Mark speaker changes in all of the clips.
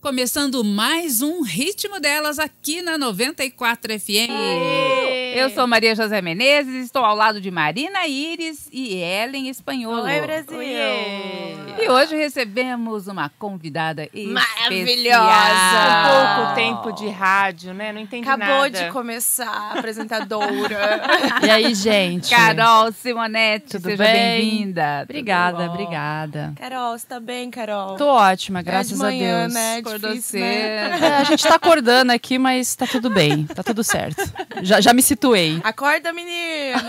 Speaker 1: começando mais um Ritmo Delas aqui na 94 FM. Eu sou Maria José Menezes, estou ao lado de Marina Iris e Ellen Espanholo.
Speaker 2: Oi, Brasil!
Speaker 1: E hoje recebemos uma convidada especial.
Speaker 2: Maravilhosa!
Speaker 3: Um pouco tempo de rádio, né? Não entendi
Speaker 2: Ah. Acabou
Speaker 3: nada.
Speaker 2: de começar a apresentadora.
Speaker 4: E aí, gente?
Speaker 1: Carol Simonetti,
Speaker 4: Tudo
Speaker 1: seja
Speaker 4: bem?
Speaker 1: bem-vinda.
Speaker 4: Obrigada,
Speaker 1: Tudo bom?
Speaker 4: obrigada.
Speaker 2: Carol, você tá bem, Carol?
Speaker 4: Tô ótima,
Speaker 2: é
Speaker 4: graças
Speaker 2: de manhã,
Speaker 4: a Deus.
Speaker 2: Né? É
Speaker 1: Acordou
Speaker 2: difícil, né?
Speaker 1: cedo.
Speaker 4: É, a gente tá acordando aqui, mas tá tudo bem, tá tudo certo. Já, já me situei.
Speaker 2: Acorda, menina!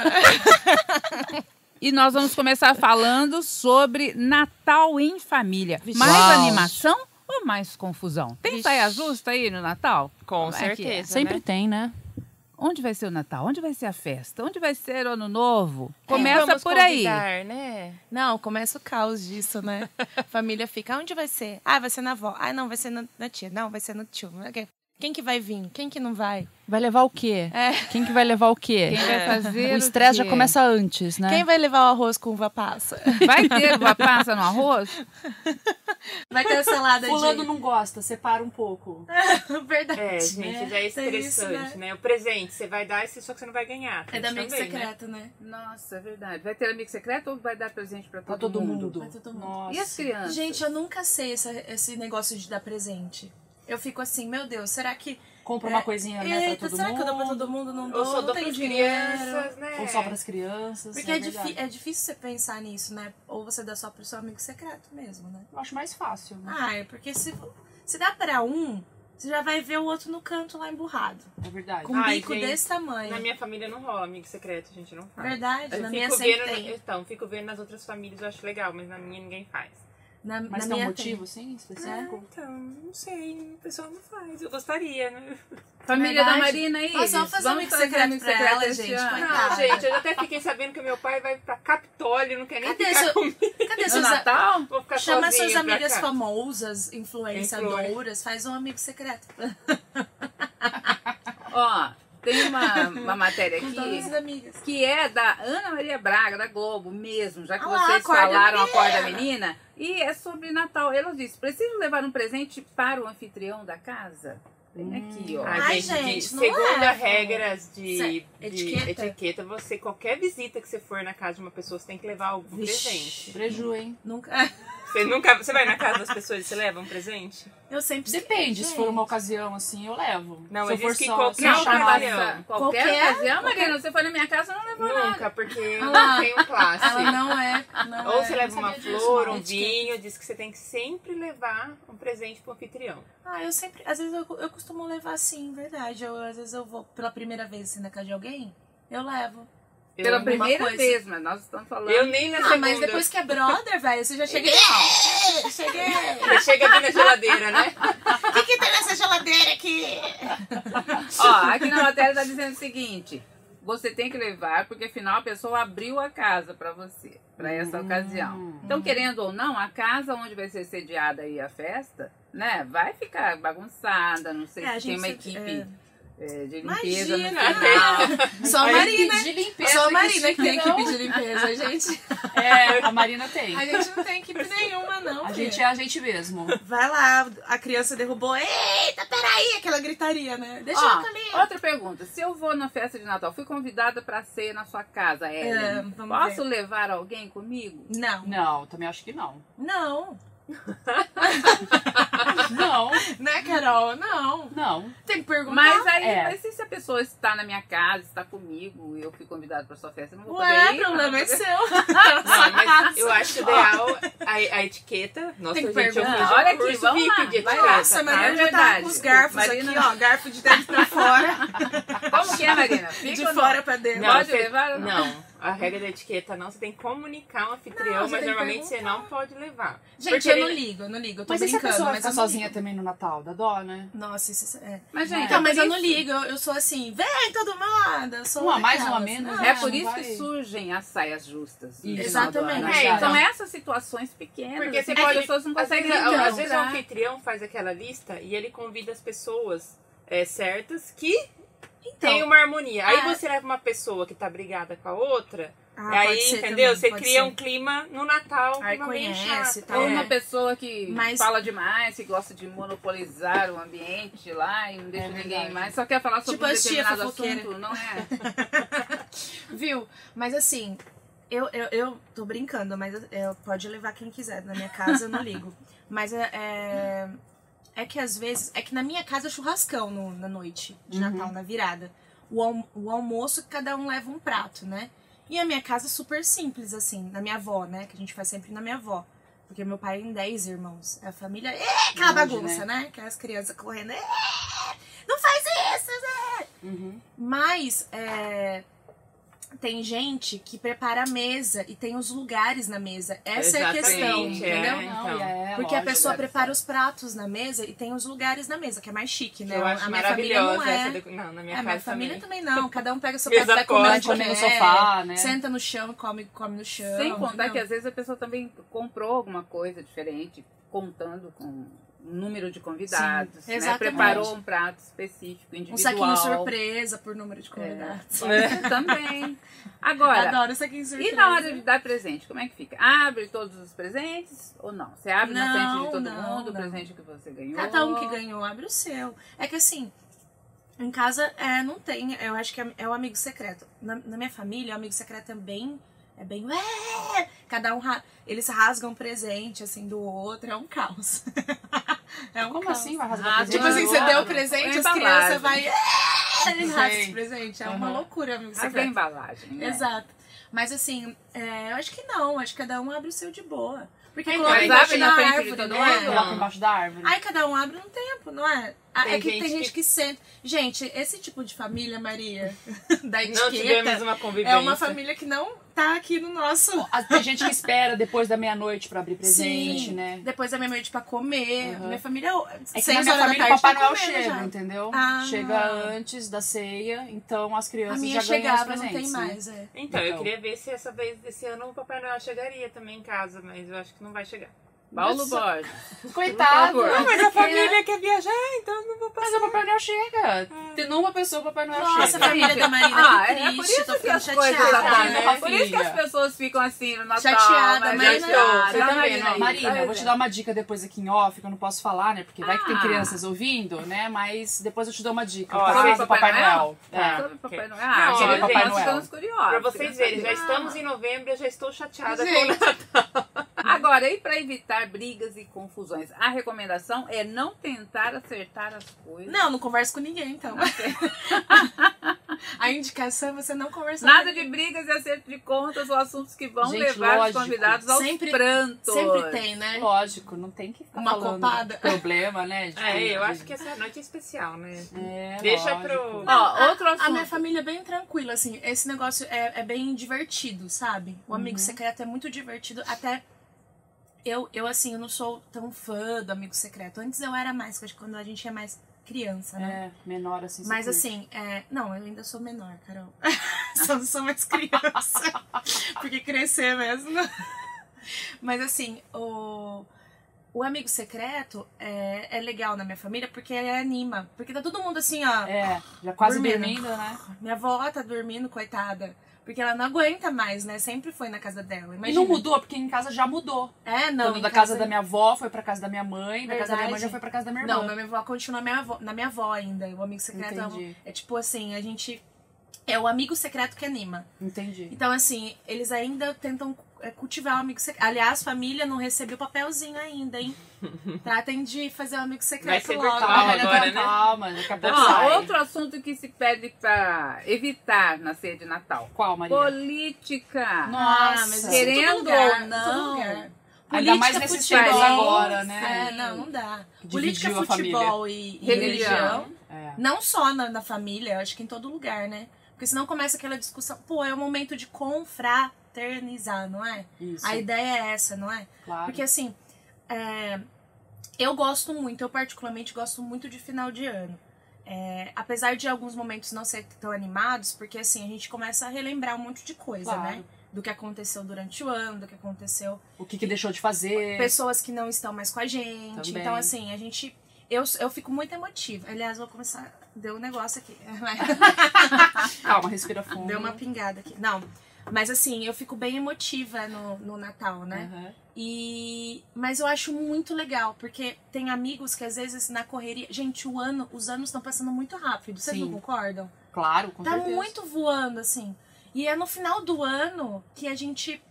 Speaker 1: E nós vamos começar falando sobre Natal em família.
Speaker 2: Vixe.
Speaker 1: Mais
Speaker 4: Uau.
Speaker 1: animação ou mais confusão? Tem
Speaker 2: Vixe.
Speaker 1: saia justa aí no Natal?
Speaker 3: Com
Speaker 1: Como é que é?
Speaker 3: certeza.
Speaker 4: Sempre
Speaker 3: né?
Speaker 4: tem, né?
Speaker 1: Onde vai ser o Natal? Onde vai ser a festa? Onde vai ser o Ano Novo?
Speaker 3: Quem
Speaker 1: Começa
Speaker 3: vamos
Speaker 1: por aí.
Speaker 3: convidar, né?
Speaker 2: Não, começa o caos disso, né? Família fica, onde vai ser? Ah, vai ser na avó. Ah, não, vai ser na, na tia. Não, vai ser no tio. Quem que vai vir? Quem que não vai?
Speaker 4: Vai levar o quê?
Speaker 2: É.
Speaker 4: Quem que vai levar o quê?
Speaker 1: Quem vai fazer?
Speaker 4: O estresse já
Speaker 1: quê?
Speaker 4: começa antes, né?
Speaker 2: Quem vai levar o arroz com uva passa?
Speaker 1: Vai ter uva passa no arroz?
Speaker 2: Vai ter a salada
Speaker 5: Fulano não gosta, separa um pouco.
Speaker 2: de... Verdade.
Speaker 3: É, gente, já é
Speaker 2: tem isso,
Speaker 3: estressante, né? O presente você vai dar, esse só que você não vai ganhar.
Speaker 2: É
Speaker 3: Tem
Speaker 2: da
Speaker 3: isso
Speaker 2: amigo
Speaker 3: também, né?
Speaker 2: secreto, né?
Speaker 1: Nossa, é verdade. Vai ter amigo secreto ou vai dar presente para
Speaker 5: Pra todo mundo.
Speaker 2: Vai todo mundo. assim,
Speaker 3: Nossa.
Speaker 1: E as crianças?
Speaker 2: Gente, eu nunca sei essa- esse negócio de dar presente. Eu fico assim, meu Deus, será que.
Speaker 5: Compra uma
Speaker 3: É,
Speaker 5: coisinha, né,
Speaker 2: é, Eita,
Speaker 5: pra todo
Speaker 2: será que eu dou pra
Speaker 5: mundo.
Speaker 2: todo mundo? Não dou,
Speaker 3: Ou só
Speaker 2: não
Speaker 3: dou
Speaker 2: tem
Speaker 3: para
Speaker 2: dinheiro.
Speaker 3: crianças, né?
Speaker 5: Ou só pras crianças.
Speaker 2: Porque é,
Speaker 5: verdade.
Speaker 2: difí- é difícil você pensar nisso, né? Ou você dá só pro seu amigo secreto mesmo, né?
Speaker 5: Eu acho mais fácil.
Speaker 3: Uhum.
Speaker 5: né?
Speaker 2: Ah, é porque se, vo- se dá pra um, você já vai ver o outro no canto lá emburrado.
Speaker 5: É verdade.
Speaker 2: Com um
Speaker 3: Ai,
Speaker 2: bico
Speaker 3: gente,
Speaker 2: desse tamanho.
Speaker 3: Na minha família não rola amigo secreto, gente não faz.
Speaker 2: Verdade,
Speaker 3: Eu
Speaker 2: na
Speaker 3: fico
Speaker 2: minha
Speaker 3: vendo,
Speaker 2: sempre tem.
Speaker 3: Então, fico vendo nas outras famílias, eu acho legal, mas na minha ninguém faz.
Speaker 2: Na,
Speaker 5: Mas
Speaker 2: na
Speaker 5: tem um
Speaker 2: minha Ah.
Speaker 5: motivo, assim,
Speaker 2: É.
Speaker 5: específico?
Speaker 3: então, não sei, o pessoal não faz. Eu gostaria, né?
Speaker 1: Família da
Speaker 2: Verdade.
Speaker 1: Marina aí.
Speaker 2: Nossa, vamos fazer um amigo secreto pra ela, gente, coitada.
Speaker 3: Não, Ah, gente, eu já até fiquei sabendo que meu pai vai pra Capitólio, não quer nem
Speaker 2: Cadê
Speaker 3: ficar
Speaker 2: seu-
Speaker 3: comigo.
Speaker 2: tem. Cadê
Speaker 1: No
Speaker 2: seus, a-
Speaker 1: Natal?
Speaker 3: Vou ficar
Speaker 2: Chama
Speaker 3: tá sozinha
Speaker 2: suas
Speaker 3: pra
Speaker 2: amigas
Speaker 3: cá.
Speaker 2: famosas, influenciadoras, faz um amigo secreto.
Speaker 1: Ó, tem uma, uma matéria
Speaker 2: Com todas as
Speaker 1: aqui
Speaker 2: amigas.
Speaker 1: que é da Ana Maria Braga, da Globo mesmo, já que
Speaker 2: Ah lá,
Speaker 1: vocês
Speaker 2: acorda
Speaker 1: falaram Acorda Menina. E é sobre Natal. Ela disse, preciso levar um presente para o anfitrião da casa? Tem aqui, ó.
Speaker 3: Ai,
Speaker 2: Hum. Ai,
Speaker 3: gente, de-
Speaker 2: gente, não
Speaker 3: segundo
Speaker 2: é.
Speaker 3: as regras de,
Speaker 2: Cê-
Speaker 3: de
Speaker 2: etiqueta?
Speaker 3: etiqueta? você qualquer visita que você for na casa de uma pessoa, você tem que levar algum
Speaker 2: Vixe.
Speaker 3: presente.
Speaker 5: Preju, hein?
Speaker 2: Nunca. Ah,
Speaker 3: Você nunca, você vai na casa das pessoas e você leva um presente?
Speaker 2: Eu sempre
Speaker 5: Depende, se for uma
Speaker 2: Gente.
Speaker 5: ocasião assim, eu levo.
Speaker 3: Não, mas
Speaker 5: se eu for
Speaker 3: diz que
Speaker 5: só
Speaker 3: qualquer
Speaker 5: assim,
Speaker 1: Não,
Speaker 3: ocasião.
Speaker 5: chamada-
Speaker 1: Marina, qualquer,
Speaker 2: Qualquer-
Speaker 1: ocasião, Marina, você foi na minha casa, não levou nada.
Speaker 3: Nunca, porque
Speaker 2: lá.
Speaker 3: não tem um
Speaker 2: Ela
Speaker 3: clássico.
Speaker 2: não é. Não
Speaker 3: Ou
Speaker 2: é.
Speaker 3: você
Speaker 2: Eu
Speaker 3: leva
Speaker 2: não
Speaker 3: uma
Speaker 2: sabia disso,
Speaker 3: flor,
Speaker 2: não.
Speaker 3: um vinho, diz que você tem que sempre levar um presente pro anfitrião.
Speaker 2: Ah, eu sempre. Às vezes eu, eu costumo levar assim, verdade. Eu, às vezes eu vou pela primeira vez assim, na casa de alguém, eu levo.
Speaker 3: Eu,
Speaker 1: Pela
Speaker 2: alguma
Speaker 1: primeira
Speaker 2: coisa.
Speaker 1: vez, mas nós estamos falando.
Speaker 3: eu nem na
Speaker 2: Ah,
Speaker 3: segunda.
Speaker 2: mas depois que é brother, velho, você já chega. Cheguei!
Speaker 3: Você chega aqui na geladeira, né?
Speaker 2: O que, que tem nessa geladeira aqui?
Speaker 1: Ó, aqui na matéria tá dizendo o seguinte: você tem que levar, porque afinal a pessoa abriu a casa para você, para essa ocasião. Então, querendo ou não, a casa onde vai ser sediada aí a festa, né, vai ficar bagunçada, não sei
Speaker 2: É, a
Speaker 1: se tem
Speaker 2: gente
Speaker 1: uma
Speaker 2: se-
Speaker 1: equipe é, de limpeza
Speaker 2: Imagina!
Speaker 1: no final.
Speaker 2: Só a
Speaker 5: Aí
Speaker 2: Marina.
Speaker 5: tem De limpeza,
Speaker 2: Só a
Speaker 5: que
Speaker 2: Marina que tem
Speaker 5: senão-
Speaker 2: equipe de limpeza, a gente.
Speaker 5: É, a Marina tem.
Speaker 2: A gente não tem equipe nenhuma, não.
Speaker 5: A
Speaker 2: filha.
Speaker 5: gente é a gente mesmo.
Speaker 2: Vai lá, a criança derrubou. Eita, peraí! Aquela gritaria, né? Deixa
Speaker 1: Ó,
Speaker 2: eu ali.
Speaker 1: outra pergunta. Se eu vou na festa de Natal, fui convidada para ceia na sua casa,
Speaker 2: É,
Speaker 1: Ellen,
Speaker 2: vamos
Speaker 1: posso levar alguém comigo?
Speaker 2: Não.
Speaker 5: Não, também acho que não.
Speaker 2: Não.
Speaker 5: Não,
Speaker 2: Né, Carol? Não.
Speaker 5: não.
Speaker 2: Tem que perguntar.
Speaker 1: Mas aí,
Speaker 5: É.
Speaker 1: mas e se a pessoa está na minha casa, está comigo, eu fui convidada para sua festa, eu não vou
Speaker 2: Ué,
Speaker 1: poder ir?
Speaker 2: problema é seu.
Speaker 1: tá,
Speaker 3: Não, mas eu acho ideal a, a etiqueta. Nossa,
Speaker 2: Tem que
Speaker 3: gente, eu
Speaker 2: perguntar.
Speaker 3: fiz um
Speaker 1: Olha aqui,
Speaker 3: curso
Speaker 1: vamos lá,
Speaker 3: VIP de
Speaker 1: vai
Speaker 3: etiqueta.
Speaker 1: lá.
Speaker 2: Nossa, a
Speaker 1: É
Speaker 2: Marina já tá
Speaker 1: verdade.
Speaker 2: com os garfos
Speaker 1: Marina-
Speaker 2: aqui, ó. Garfo de dentro pra fora,
Speaker 1: Como que é, Marina? Fica
Speaker 2: de
Speaker 1: ou não?
Speaker 2: fora pra dentro.
Speaker 3: Não,
Speaker 1: Pode
Speaker 3: você-
Speaker 1: levar ou não?
Speaker 3: Não, a regra da etiqueta não. Você tem que comunicar o anfitrião,
Speaker 2: Não,
Speaker 3: mas
Speaker 2: você tem que
Speaker 3: normalmente você não pode levar.
Speaker 2: Gente,
Speaker 3: Porque
Speaker 2: eu não
Speaker 3: ele-
Speaker 2: ligo, eu não ligo. Eu tô
Speaker 5: Mas e se a
Speaker 2: brincando,
Speaker 5: pessoa vai
Speaker 2: mas
Speaker 5: ficar
Speaker 2: eu não
Speaker 5: sozinha
Speaker 2: ligo.
Speaker 5: também no Natal? Dá dó, né?
Speaker 2: Nossa, isso é...
Speaker 1: Mas, gente,
Speaker 2: Então, mas eu não
Speaker 1: isso-
Speaker 2: ligo, eu, eu sou assim, vem todo mundo! Eu sou
Speaker 5: Uma Um mais,
Speaker 2: daquelas.
Speaker 5: uma menos,
Speaker 1: É
Speaker 5: né?
Speaker 1: por
Speaker 5: não
Speaker 1: isso
Speaker 5: vai.
Speaker 1: que surgem as saias justas. no
Speaker 5: Isso.
Speaker 1: final do ano.
Speaker 2: Exatamente.
Speaker 1: É,
Speaker 3: Cara.
Speaker 1: então, essas situações pequenas,
Speaker 3: Porque você
Speaker 1: assim, que
Speaker 3: pode-
Speaker 1: as pessoas não
Speaker 3: Às
Speaker 1: conseguem É.
Speaker 3: vezes, é um
Speaker 2: Então,
Speaker 3: às vezes o
Speaker 1: lembrar.
Speaker 3: anfitrião faz aquela lista e ele convida as pessoas é, certas que
Speaker 2: Então,
Speaker 3: Tem uma harmonia. Aí
Speaker 2: É.
Speaker 3: você leva uma pessoa que tá brigada com a outra,
Speaker 2: ah,
Speaker 3: e aí,
Speaker 2: pode ser
Speaker 3: entendeu?
Speaker 2: também,
Speaker 3: você
Speaker 2: pode
Speaker 3: cria
Speaker 2: ser.
Speaker 3: um clima no Natal,
Speaker 2: Aí
Speaker 3: uma meio
Speaker 2: conhece tá. e
Speaker 3: chata.
Speaker 1: Ou
Speaker 2: tal.
Speaker 3: É.
Speaker 1: uma pessoa que
Speaker 2: Mas-
Speaker 1: fala demais, que gosta de monopolizar o ambiente lá e não deixa
Speaker 5: É
Speaker 1: ninguém
Speaker 5: verdade.
Speaker 1: mais. Só quer falar sobre
Speaker 2: Tipo
Speaker 1: um
Speaker 2: as tia
Speaker 1: determinado
Speaker 2: fofoqueira.
Speaker 1: assunto, não é?
Speaker 2: Viu? Mas assim, eu, eu, eu tô brincando, mas eu, eu- pode levar quem quiser. Na minha casa eu não ligo. Mas é, é. é que às vezes. É que na minha casa é churrascão no- na noite de
Speaker 5: Uhum.
Speaker 2: Natal, na virada. O, alm- o almoço, cada um leva um prato, né? E a minha casa é super simples, assim, na minha avó, né? Que a gente faz sempre na minha avó. Porque meu pai tem 10 irmãos. A família. É aquela
Speaker 5: Grande,
Speaker 2: bagunça, né? Aquelas crianças correndo. "É! Não faz isso!
Speaker 5: Uhum.
Speaker 2: Mas é, tem gente que prepara a mesa e tem os lugares na mesa. Essa é a questão,
Speaker 3: Exatamente, é.
Speaker 2: entendeu?
Speaker 5: Não,
Speaker 3: então.
Speaker 5: e é,
Speaker 2: Porque a
Speaker 5: lógico,
Speaker 2: pessoa
Speaker 5: deve
Speaker 2: prepara
Speaker 5: ser.
Speaker 2: os pratos na mesa e tem os lugares na mesa, que é mais chique, né?
Speaker 3: Eu acho
Speaker 2: a minha família não
Speaker 3: maravilhosa
Speaker 2: é.
Speaker 3: essa decoração. Não, na minha
Speaker 2: é,
Speaker 3: casa
Speaker 2: minha família
Speaker 3: também.
Speaker 2: também. não. Cada um pega o seu
Speaker 3: Eles
Speaker 2: prato, vai comer onde
Speaker 3: acostam,
Speaker 5: come no
Speaker 2: quer,
Speaker 5: sofá, né?
Speaker 2: Senta no chão, come, come no chão.
Speaker 1: Sem contar
Speaker 2: entendeu?
Speaker 1: que é às vezes a pessoa também comprou alguma coisa diferente, contando com o número de convidados,
Speaker 2: Sim,
Speaker 1: né?
Speaker 2: exatamente.
Speaker 1: Preparou um prato específico,
Speaker 2: Um
Speaker 1: individual.
Speaker 2: saquinho surpresa por número de convidados. É.
Speaker 1: Isso também. Agora,
Speaker 2: Adoro saquinho surpresa.
Speaker 1: e na hora de dar presente, como é que fica? Abre todos os presentes ou não? Você abre na
Speaker 2: Não,
Speaker 1: frente de todo
Speaker 2: não,
Speaker 1: mundo o
Speaker 2: não.
Speaker 1: presente que você ganhou?
Speaker 2: Cada um que ganhou abre o seu. É que assim, em casa é, não tem. Eu acho que é, é o amigo secreto. Na, na minha família, o amigo secreto é bem. É bem. "Ué!" Cada um. ra- Eles rasgam presente, assim, do outro. É um caos. é um
Speaker 5: Como
Speaker 2: caos.
Speaker 5: assim vai
Speaker 1: Ah,
Speaker 5: rasgar
Speaker 2: Tipo
Speaker 5: presente?
Speaker 2: assim, você
Speaker 1: Adoro.
Speaker 2: deu o presente, as
Speaker 1: Embalagem.
Speaker 2: crianças vai. "Ué!" Eles rasgam
Speaker 5: Sim.
Speaker 2: esse presente. É uma
Speaker 5: Aham.
Speaker 2: loucura, amigo
Speaker 1: Mas é a
Speaker 2: secreto.
Speaker 1: embalagem, né?
Speaker 2: Exato. Mas assim, é, eu acho que não. Acho que cada um abre o seu de boa. Porque
Speaker 3: Então,
Speaker 2: coloca
Speaker 3: mas
Speaker 2: embaixo
Speaker 1: É, abre
Speaker 2: da
Speaker 1: na frente de
Speaker 2: árvore,
Speaker 1: todo
Speaker 2: né?
Speaker 1: mundo?
Speaker 5: Coloca embaixo da árvore.
Speaker 2: Aí cada um abre um tempo, não é? Ah, é
Speaker 3: Tem
Speaker 2: que
Speaker 3: gente
Speaker 2: tem gente que...
Speaker 3: que-
Speaker 2: senta. Gente, esse tipo de família, Maria, da
Speaker 3: Não tivemos
Speaker 5: um
Speaker 2: etiqueta,
Speaker 3: é uma convivência.
Speaker 2: é uma família que não tá aqui no nosso.
Speaker 5: Ah, Tem gente que espera depois da meia-noite pra abrir presente,
Speaker 2: Sim.
Speaker 5: né?
Speaker 2: Depois da minha noite pra comer.
Speaker 5: Uhum.
Speaker 2: Minha família,
Speaker 5: É que
Speaker 2: seis
Speaker 5: na minha
Speaker 2: horas
Speaker 5: família
Speaker 2: da
Speaker 5: o
Speaker 2: tarde,
Speaker 5: Papai
Speaker 2: tá
Speaker 5: Noel
Speaker 2: comendo
Speaker 5: chega,
Speaker 2: já.
Speaker 5: entendeu?
Speaker 2: Ah.
Speaker 5: Chega antes da ceia, então as
Speaker 2: A
Speaker 5: crianças
Speaker 2: minha
Speaker 5: já ganham os
Speaker 2: chegava, não tem
Speaker 5: presentes. né?
Speaker 2: mais, é.
Speaker 3: Então, eu
Speaker 5: Então.
Speaker 3: queria ver se essa vez, esse ano, o Papai Noel chegaria também em casa, mas eu acho que não vai chegar. Ah,
Speaker 1: Paulo
Speaker 5: Nossa.
Speaker 1: Borges.
Speaker 5: Coitado!
Speaker 1: Por favor.
Speaker 3: mas a família quer viajar, então não vou
Speaker 5: Mas o Papai Noel chega. Tem numa pessoa o Papai Noel
Speaker 2: Nossa, a
Speaker 5: chega.
Speaker 2: família da Marina,
Speaker 1: Ah,
Speaker 2: que
Speaker 1: é, é por
Speaker 2: triste, tô
Speaker 1: isso que
Speaker 2: ficando
Speaker 1: as coisas
Speaker 2: chateada.
Speaker 5: acontecem.
Speaker 1: atrapalham.
Speaker 5: né,
Speaker 1: Por isso que as
Speaker 5: filha?
Speaker 1: pessoas ficam assim no Natal.
Speaker 2: Chateada,
Speaker 1: mas
Speaker 2: mas
Speaker 1: já
Speaker 2: não.
Speaker 1: está.
Speaker 2: Você
Speaker 1: Dá uma
Speaker 3: também,
Speaker 1: olhada
Speaker 3: não.
Speaker 1: aí.
Speaker 5: Marina, eu vou
Speaker 1: Pois
Speaker 5: te
Speaker 1: é.
Speaker 5: dar uma dica depois aqui em off, que eu não posso falar, né? Porque vai que tem
Speaker 1: Ah.
Speaker 5: crianças ouvindo, né? Mas depois eu te dou uma dica.
Speaker 3: Ó,
Speaker 5: Fala
Speaker 3: sobre
Speaker 5: do
Speaker 1: Papai
Speaker 5: Papai
Speaker 1: Noel?
Speaker 5: Noel. É.
Speaker 1: Sobre o Papai Noel.
Speaker 3: Não,
Speaker 1: Ah,
Speaker 3: sobre
Speaker 1: gente,
Speaker 5: Papai
Speaker 1: nós
Speaker 5: Noel.
Speaker 1: ficamos curiosos.
Speaker 3: Pra
Speaker 1: queremos
Speaker 3: vocês verem,
Speaker 1: saber.
Speaker 3: já estamos em novembro, eu já estou chateada
Speaker 5: Gente.
Speaker 3: com
Speaker 1: Agora, e para evitar brigas e confusões, a recomendação é não tentar acertar as coisas.
Speaker 2: Não, não converso com ninguém, então. a indicação é você não conversar
Speaker 1: Nada
Speaker 2: com
Speaker 1: de brigas e acerto de contas ou assuntos que vão
Speaker 5: Gente,
Speaker 1: levar
Speaker 5: lógico.
Speaker 1: os convidados aos
Speaker 2: Sempre-
Speaker 1: prantos.
Speaker 2: Sempre tem, né?
Speaker 5: É. Lógico, não tem que ficar
Speaker 2: Uma
Speaker 5: falando
Speaker 2: copada.
Speaker 5: problema, né? de-
Speaker 3: É, eu
Speaker 5: de-
Speaker 3: acho que essa noite é especial, né?
Speaker 5: É,
Speaker 3: Deixa
Speaker 5: lógico.
Speaker 3: pro.
Speaker 1: Ó, outro
Speaker 2: a,
Speaker 1: assunto.
Speaker 2: a minha família é bem tranquila, assim. Esse negócio é, é bem divertido, sabe?
Speaker 1: Uhum.
Speaker 2: O amigo secreto é muito divertido. Até eu, eu, assim, eu não sou tão fã do amigo secreto. Antes eu era mais, acho que quando a gente é mais criança, né?
Speaker 5: É, menor assim.
Speaker 2: Mas
Speaker 5: você
Speaker 2: assim, é, não, eu ainda sou menor, Carol. Só não sou mais criança. Porque crescer mesmo. Mas assim, o, o amigo secreto é, é legal na minha família porque ele anima. Porque tá todo mundo assim, ó.
Speaker 5: curte. É, já quase
Speaker 2: Dormindo.
Speaker 5: dormindo, né?
Speaker 2: Minha avó tá dormindo, coitada. Porque ela não aguenta mais, né? Sempre foi na casa dela. Imagina.
Speaker 5: E não mudou, porque em casa já mudou.
Speaker 2: É, não.
Speaker 5: Não,
Speaker 2: em
Speaker 5: da casa da minha avó foi pra casa da minha mãe, da casa da minha mãe
Speaker 2: Verdade.
Speaker 5: já foi pra casa da minha irmã.
Speaker 2: Não, mas minha avó continua minha avó- na minha avó ainda. O amigo secreto é, um-
Speaker 5: entendi,
Speaker 2: é tipo assim, a gente. É o amigo secreto que anima.
Speaker 5: entendi.
Speaker 2: Então, assim, eles ainda tentam é, cultivar o amigo secreto. Aliás, família não recebeu papelzinho ainda, hein? Tratem de fazer o amigo
Speaker 3: Vai
Speaker 2: secreto
Speaker 3: ser
Speaker 2: logo.
Speaker 3: virtual
Speaker 2: né?
Speaker 5: Calma,
Speaker 3: agora,
Speaker 5: então,
Speaker 3: né?
Speaker 5: calma, daqui a pouco sai.
Speaker 1: Ó, outro assunto que se pede para evitar na ceia de Natal.
Speaker 5: Qual, Maria?
Speaker 1: Política.
Speaker 2: Nossa, Ah, mas isso em todo
Speaker 1: Querendo
Speaker 2: lugar,
Speaker 1: ou
Speaker 2: em todo
Speaker 1: não.
Speaker 2: lugar.
Speaker 5: Ainda mais
Speaker 2: Política,
Speaker 5: nesses
Speaker 2: futebol.
Speaker 5: tempos agora, né?
Speaker 2: É, não, não dá.
Speaker 5: Que
Speaker 2: Política,
Speaker 5: dividiu a
Speaker 2: futebol e, e
Speaker 1: Religião.
Speaker 2: religião.
Speaker 5: É.
Speaker 2: Não só na, na família, eu acho que em todo lugar, né? Porque senão começa aquela discussão. Pô, é um momento de confraternizar, não é?
Speaker 5: Isso,
Speaker 2: A ideia é essa, não é?
Speaker 5: claro.
Speaker 2: Porque assim, é, eu gosto muito, eu particularmente gosto muito de final de ano. É, apesar de alguns momentos não serem tão animados, porque assim, a gente começa a relembrar um monte de coisa,
Speaker 5: Claro.
Speaker 2: né? Do que aconteceu durante o ano, do que aconteceu.
Speaker 5: O que, que deixou de fazer.
Speaker 2: Pessoas que não estão mais com a gente.
Speaker 5: Também.
Speaker 2: Então, assim, a gente. Eu, eu fico muito emotiva. Aliás, vou começar. Deu um negócio aqui. né?
Speaker 5: Calma, respira fundo.
Speaker 2: Ah, Deu uma pingada aqui. Não. Mas assim, eu fico bem emotiva no, no Natal, né?
Speaker 5: Aham.
Speaker 2: E mas eu acho muito legal, porque tem amigos que às vezes na correria, gente, o ano, os anos estão passando muito rápido, vocês não
Speaker 5: Sim.
Speaker 2: concordam?
Speaker 5: Claro, com
Speaker 2: tá
Speaker 5: certeza.
Speaker 2: muito voando assim. E é no final do ano que a gente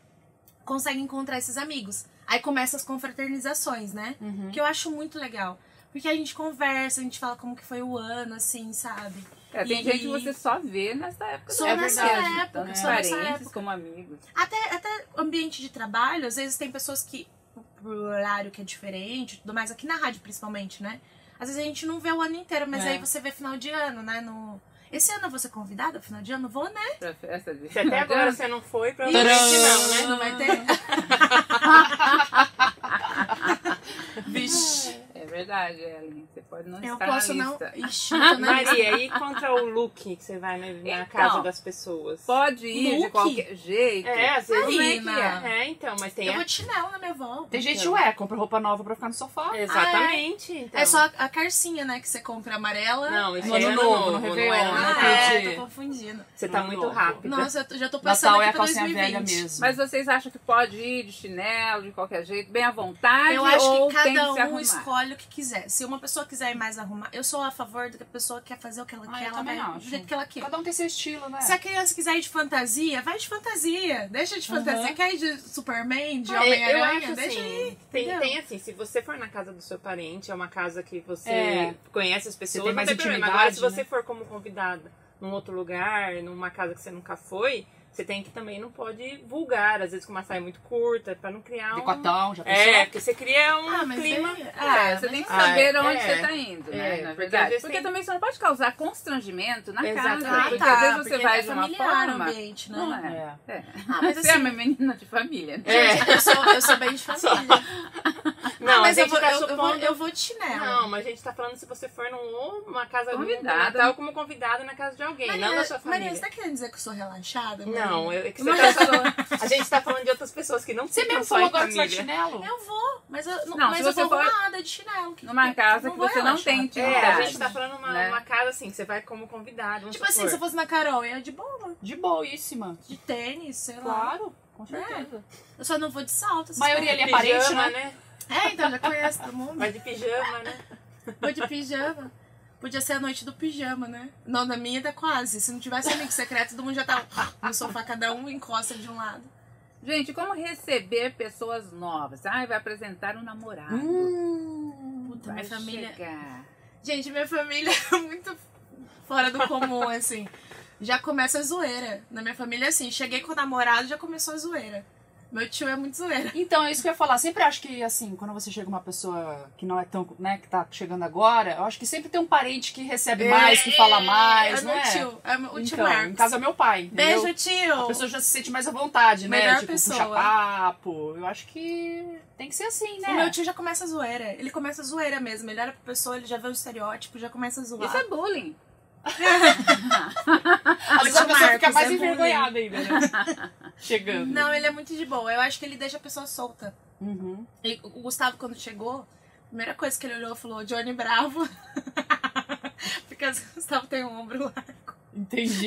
Speaker 2: consegue encontrar esses amigos. Aí começa as confraternizações, né?
Speaker 5: Uhum.
Speaker 2: Que eu acho muito legal. Porque a gente conversa, a gente fala como que foi o ano, assim, sabe?
Speaker 1: É, tem
Speaker 2: E-
Speaker 1: gente que você só vê nessa época.
Speaker 2: Só
Speaker 1: do ano.
Speaker 2: nessa
Speaker 1: É verdade.
Speaker 2: época,
Speaker 1: Tanto
Speaker 2: só nessa
Speaker 1: parentes
Speaker 2: época.
Speaker 1: como amigos.
Speaker 2: Até, até ambiente de trabalho, às vezes tem pessoas que, por horário que é diferente, e tudo mais, aqui na rádio principalmente, né? Às vezes a gente não vê o ano inteiro, mas
Speaker 5: É.
Speaker 2: aí você vê final de ano, né? No... Esse ano eu vou ser convidada, final de ano? Vou, né?
Speaker 1: Pra festa de
Speaker 3: Se até agora você não foi, provavelmente não, né?
Speaker 2: Ixi, Não vai ter.
Speaker 5: Vixe.
Speaker 1: É verdade, Ellen. Você pode não
Speaker 2: Eu
Speaker 1: estar
Speaker 2: posso
Speaker 1: na
Speaker 2: não.
Speaker 1: lista.
Speaker 2: Ixi, eu
Speaker 3: né?
Speaker 2: tô na lista.
Speaker 3: Maria, e quanto ao look que você vai na, na
Speaker 1: Então,
Speaker 3: casa das pessoas?
Speaker 1: Pode ir de
Speaker 2: Look?
Speaker 1: qualquer jeito.
Speaker 3: É, às vezes.
Speaker 1: Como é que
Speaker 2: Marina.
Speaker 1: é?
Speaker 3: É, então, mas tem.
Speaker 2: Eu
Speaker 3: a-
Speaker 2: vou de chinelo na minha avó.
Speaker 5: Tem gente, ué, compra roupa nova pra ficar no sofá.
Speaker 3: Exatamente. então.
Speaker 2: É só a- a carcinha, né? Que você compra amarela.
Speaker 3: Não, isso
Speaker 5: No
Speaker 3: é
Speaker 5: Ano
Speaker 3: ano
Speaker 5: Novo,
Speaker 3: novo,
Speaker 5: no
Speaker 3: não
Speaker 5: Réveillon,
Speaker 3: é ano
Speaker 5: né?
Speaker 2: Ah,
Speaker 3: novo.
Speaker 2: é,
Speaker 5: entendi.
Speaker 2: tô confundindo.
Speaker 3: Você tá
Speaker 5: No
Speaker 3: muito
Speaker 5: novo.
Speaker 3: rápida.
Speaker 2: Nossa, eu tô- já tô passando
Speaker 5: Natal é
Speaker 2: aqui
Speaker 5: a
Speaker 2: pra
Speaker 5: calcinha
Speaker 2: 2020.
Speaker 5: velha mesmo.
Speaker 1: Mas vocês acham que pode ir de chinelo, de qualquer jeito, bem à vontade?
Speaker 2: Eu acho
Speaker 1: ou
Speaker 2: que
Speaker 1: tem
Speaker 2: cada
Speaker 1: se
Speaker 2: um
Speaker 1: arrumar?
Speaker 2: escolhe o que quiser. Se uma pessoa quiser ir mais arrumar, eu sou a favor do que a pessoa quer fazer o que ela
Speaker 5: Ah,
Speaker 2: quer,
Speaker 5: eu
Speaker 2: ela
Speaker 5: também
Speaker 2: vai do
Speaker 5: acho.
Speaker 2: jeito que ela quer.
Speaker 5: Cada um tem seu estilo, né?
Speaker 2: Se a criança quiser ir de fantasia, vai de fantasia. Deixa de fantasia.
Speaker 5: Aham.
Speaker 2: Quer ir de Superman, de
Speaker 3: É, eu
Speaker 2: Homem-Aranha?
Speaker 3: acho
Speaker 2: Deixa ir.
Speaker 3: assim, tem,
Speaker 2: entendeu?
Speaker 3: tem assim, se você for na casa do seu parente, é uma casa que você
Speaker 5: É.
Speaker 3: conhece as pessoas,
Speaker 5: tem mais
Speaker 3: não tem problema.
Speaker 5: intimidade,
Speaker 3: Agora, se você
Speaker 5: né?
Speaker 3: for como convidada num outro lugar, numa casa que você nunca foi, você tem que também não pode vulgar, às vezes com uma saia muito curta, pra não criar um...
Speaker 5: Decotão, já pensou?
Speaker 3: É, porque você cria um
Speaker 2: Ah, mas
Speaker 3: clima...
Speaker 2: aí-
Speaker 1: É,
Speaker 2: ah,
Speaker 1: você
Speaker 2: mas
Speaker 1: tem que
Speaker 3: Ah,
Speaker 1: saber
Speaker 3: é.
Speaker 1: onde você tá indo, né?
Speaker 3: É,
Speaker 1: na
Speaker 3: porque
Speaker 1: verdade.
Speaker 3: às
Speaker 1: Porque,
Speaker 3: vezes tem-
Speaker 1: também você não pode causar constrangimento na casa.
Speaker 3: Exatamente.
Speaker 1: Porque
Speaker 2: Ah, tá,
Speaker 1: às vezes você
Speaker 2: porque
Speaker 1: vai
Speaker 2: é
Speaker 1: de uma
Speaker 2: familiar o
Speaker 1: forma.
Speaker 2: ambiente, né?
Speaker 1: Não é.
Speaker 5: É.
Speaker 1: É.
Speaker 2: Ah, mas
Speaker 1: Você é
Speaker 2: assim,
Speaker 1: uma menina de família. né?
Speaker 3: É.
Speaker 2: gente, eu sou, eu sou bem de família.
Speaker 3: Não,
Speaker 2: Ah, mas
Speaker 3: a
Speaker 2: eu
Speaker 3: gente
Speaker 2: vou,
Speaker 3: tá
Speaker 2: eu, eu vou,
Speaker 3: supondo-
Speaker 2: eu vou de chinelo.
Speaker 3: Não, mas a gente tá falando se você for numa casa
Speaker 1: Convidada.
Speaker 3: convidada. Natal como convidada na casa de alguém, não da sua família.
Speaker 2: Maria, você tá querendo dizer que eu sou relaxada?
Speaker 3: Não, eu, é que você
Speaker 1: Uma
Speaker 3: tá só-
Speaker 1: pessoa-
Speaker 3: a gente tá falando de outras pessoas que não
Speaker 5: Você
Speaker 3: ficam
Speaker 5: mesmo
Speaker 3: só
Speaker 5: falou
Speaker 3: em
Speaker 5: agora que você vai de
Speaker 3: família.
Speaker 5: chinelo?
Speaker 2: Eu vou, mas eu, não,
Speaker 1: Não,
Speaker 2: mas
Speaker 1: se
Speaker 2: eu
Speaker 1: você
Speaker 2: vou
Speaker 1: for
Speaker 2: arrumada de chinelo. que-
Speaker 1: Numa casa que
Speaker 2: vou
Speaker 1: você não
Speaker 2: relaxar.
Speaker 1: tem intimidade.
Speaker 3: É, a gente tá falando uma,
Speaker 1: Né?
Speaker 3: uma casa assim, que você vai como convidado. vamos
Speaker 2: Tipo assim,
Speaker 3: supor.
Speaker 2: se eu fosse na Carol, eu ia de boa,
Speaker 5: De boíssima.
Speaker 2: de tênis, sei lá. É.
Speaker 5: Claro, com certeza.
Speaker 2: certeza. Eu só não vou de salto. essas
Speaker 5: Maioria
Speaker 3: Vai de
Speaker 5: ele é parente,
Speaker 3: pijama,
Speaker 5: né?
Speaker 2: coisas. É, então, já conheço todo mundo.
Speaker 3: Vai de pijama, né?
Speaker 2: Vou de pijama. Podia ser a noite do pijama, né? Não, na minha tá quase. Se não tivesse amigo secreto, todo mundo já tava no sofá, cada um encosta de um lado.
Speaker 1: Gente, como receber pessoas novas? Ai, vai apresentar um namorado.
Speaker 2: Hum, Puta,
Speaker 1: vai
Speaker 2: minha família...
Speaker 1: chegar.
Speaker 2: Gente, minha família é muito fora do comum, assim. Já começa a zoeira. Na minha família, assim, cheguei com o namorado, já começou a zoeira. Meu tio é muito zoeira.
Speaker 5: Então, é isso que eu ia falar. Sempre acho que, assim, quando você chega uma pessoa que não é tão, né, que tá chegando agora, eu acho que sempre tem um parente que recebe mais, que fala mais,
Speaker 2: é
Speaker 5: não
Speaker 2: meu
Speaker 5: é?
Speaker 2: tio, é meu- o tio
Speaker 5: então,
Speaker 2: Marcos.
Speaker 5: em casa é meu pai, entendeu?
Speaker 2: Beijo,
Speaker 5: A
Speaker 2: tio!
Speaker 5: pessoa já se sente mais à vontade, né?
Speaker 2: Melhor
Speaker 5: tipo,
Speaker 2: pessoa.
Speaker 5: puxa papo. Eu acho que tem que ser assim, né?
Speaker 2: O meu tio já começa a zoeira. Ele começa a zoeira mesmo. Ele olha pra pessoa, ele já vê o estereótipo, já começa a zoar.
Speaker 1: Isso é bullying.
Speaker 5: Às vezes a
Speaker 2: Marcos,
Speaker 5: pessoa fica mais
Speaker 2: é bullying.
Speaker 5: envergonhada ainda, né? Chegando.
Speaker 2: Não, ele é muito de boa. Eu acho que ele deixa a pessoa solta.
Speaker 5: Uhum.
Speaker 2: E o Gustavo, quando chegou, a primeira coisa que ele olhou falou, Johnny Bravo. Porque o Gustavo tem um ombro largo.
Speaker 5: Entendi.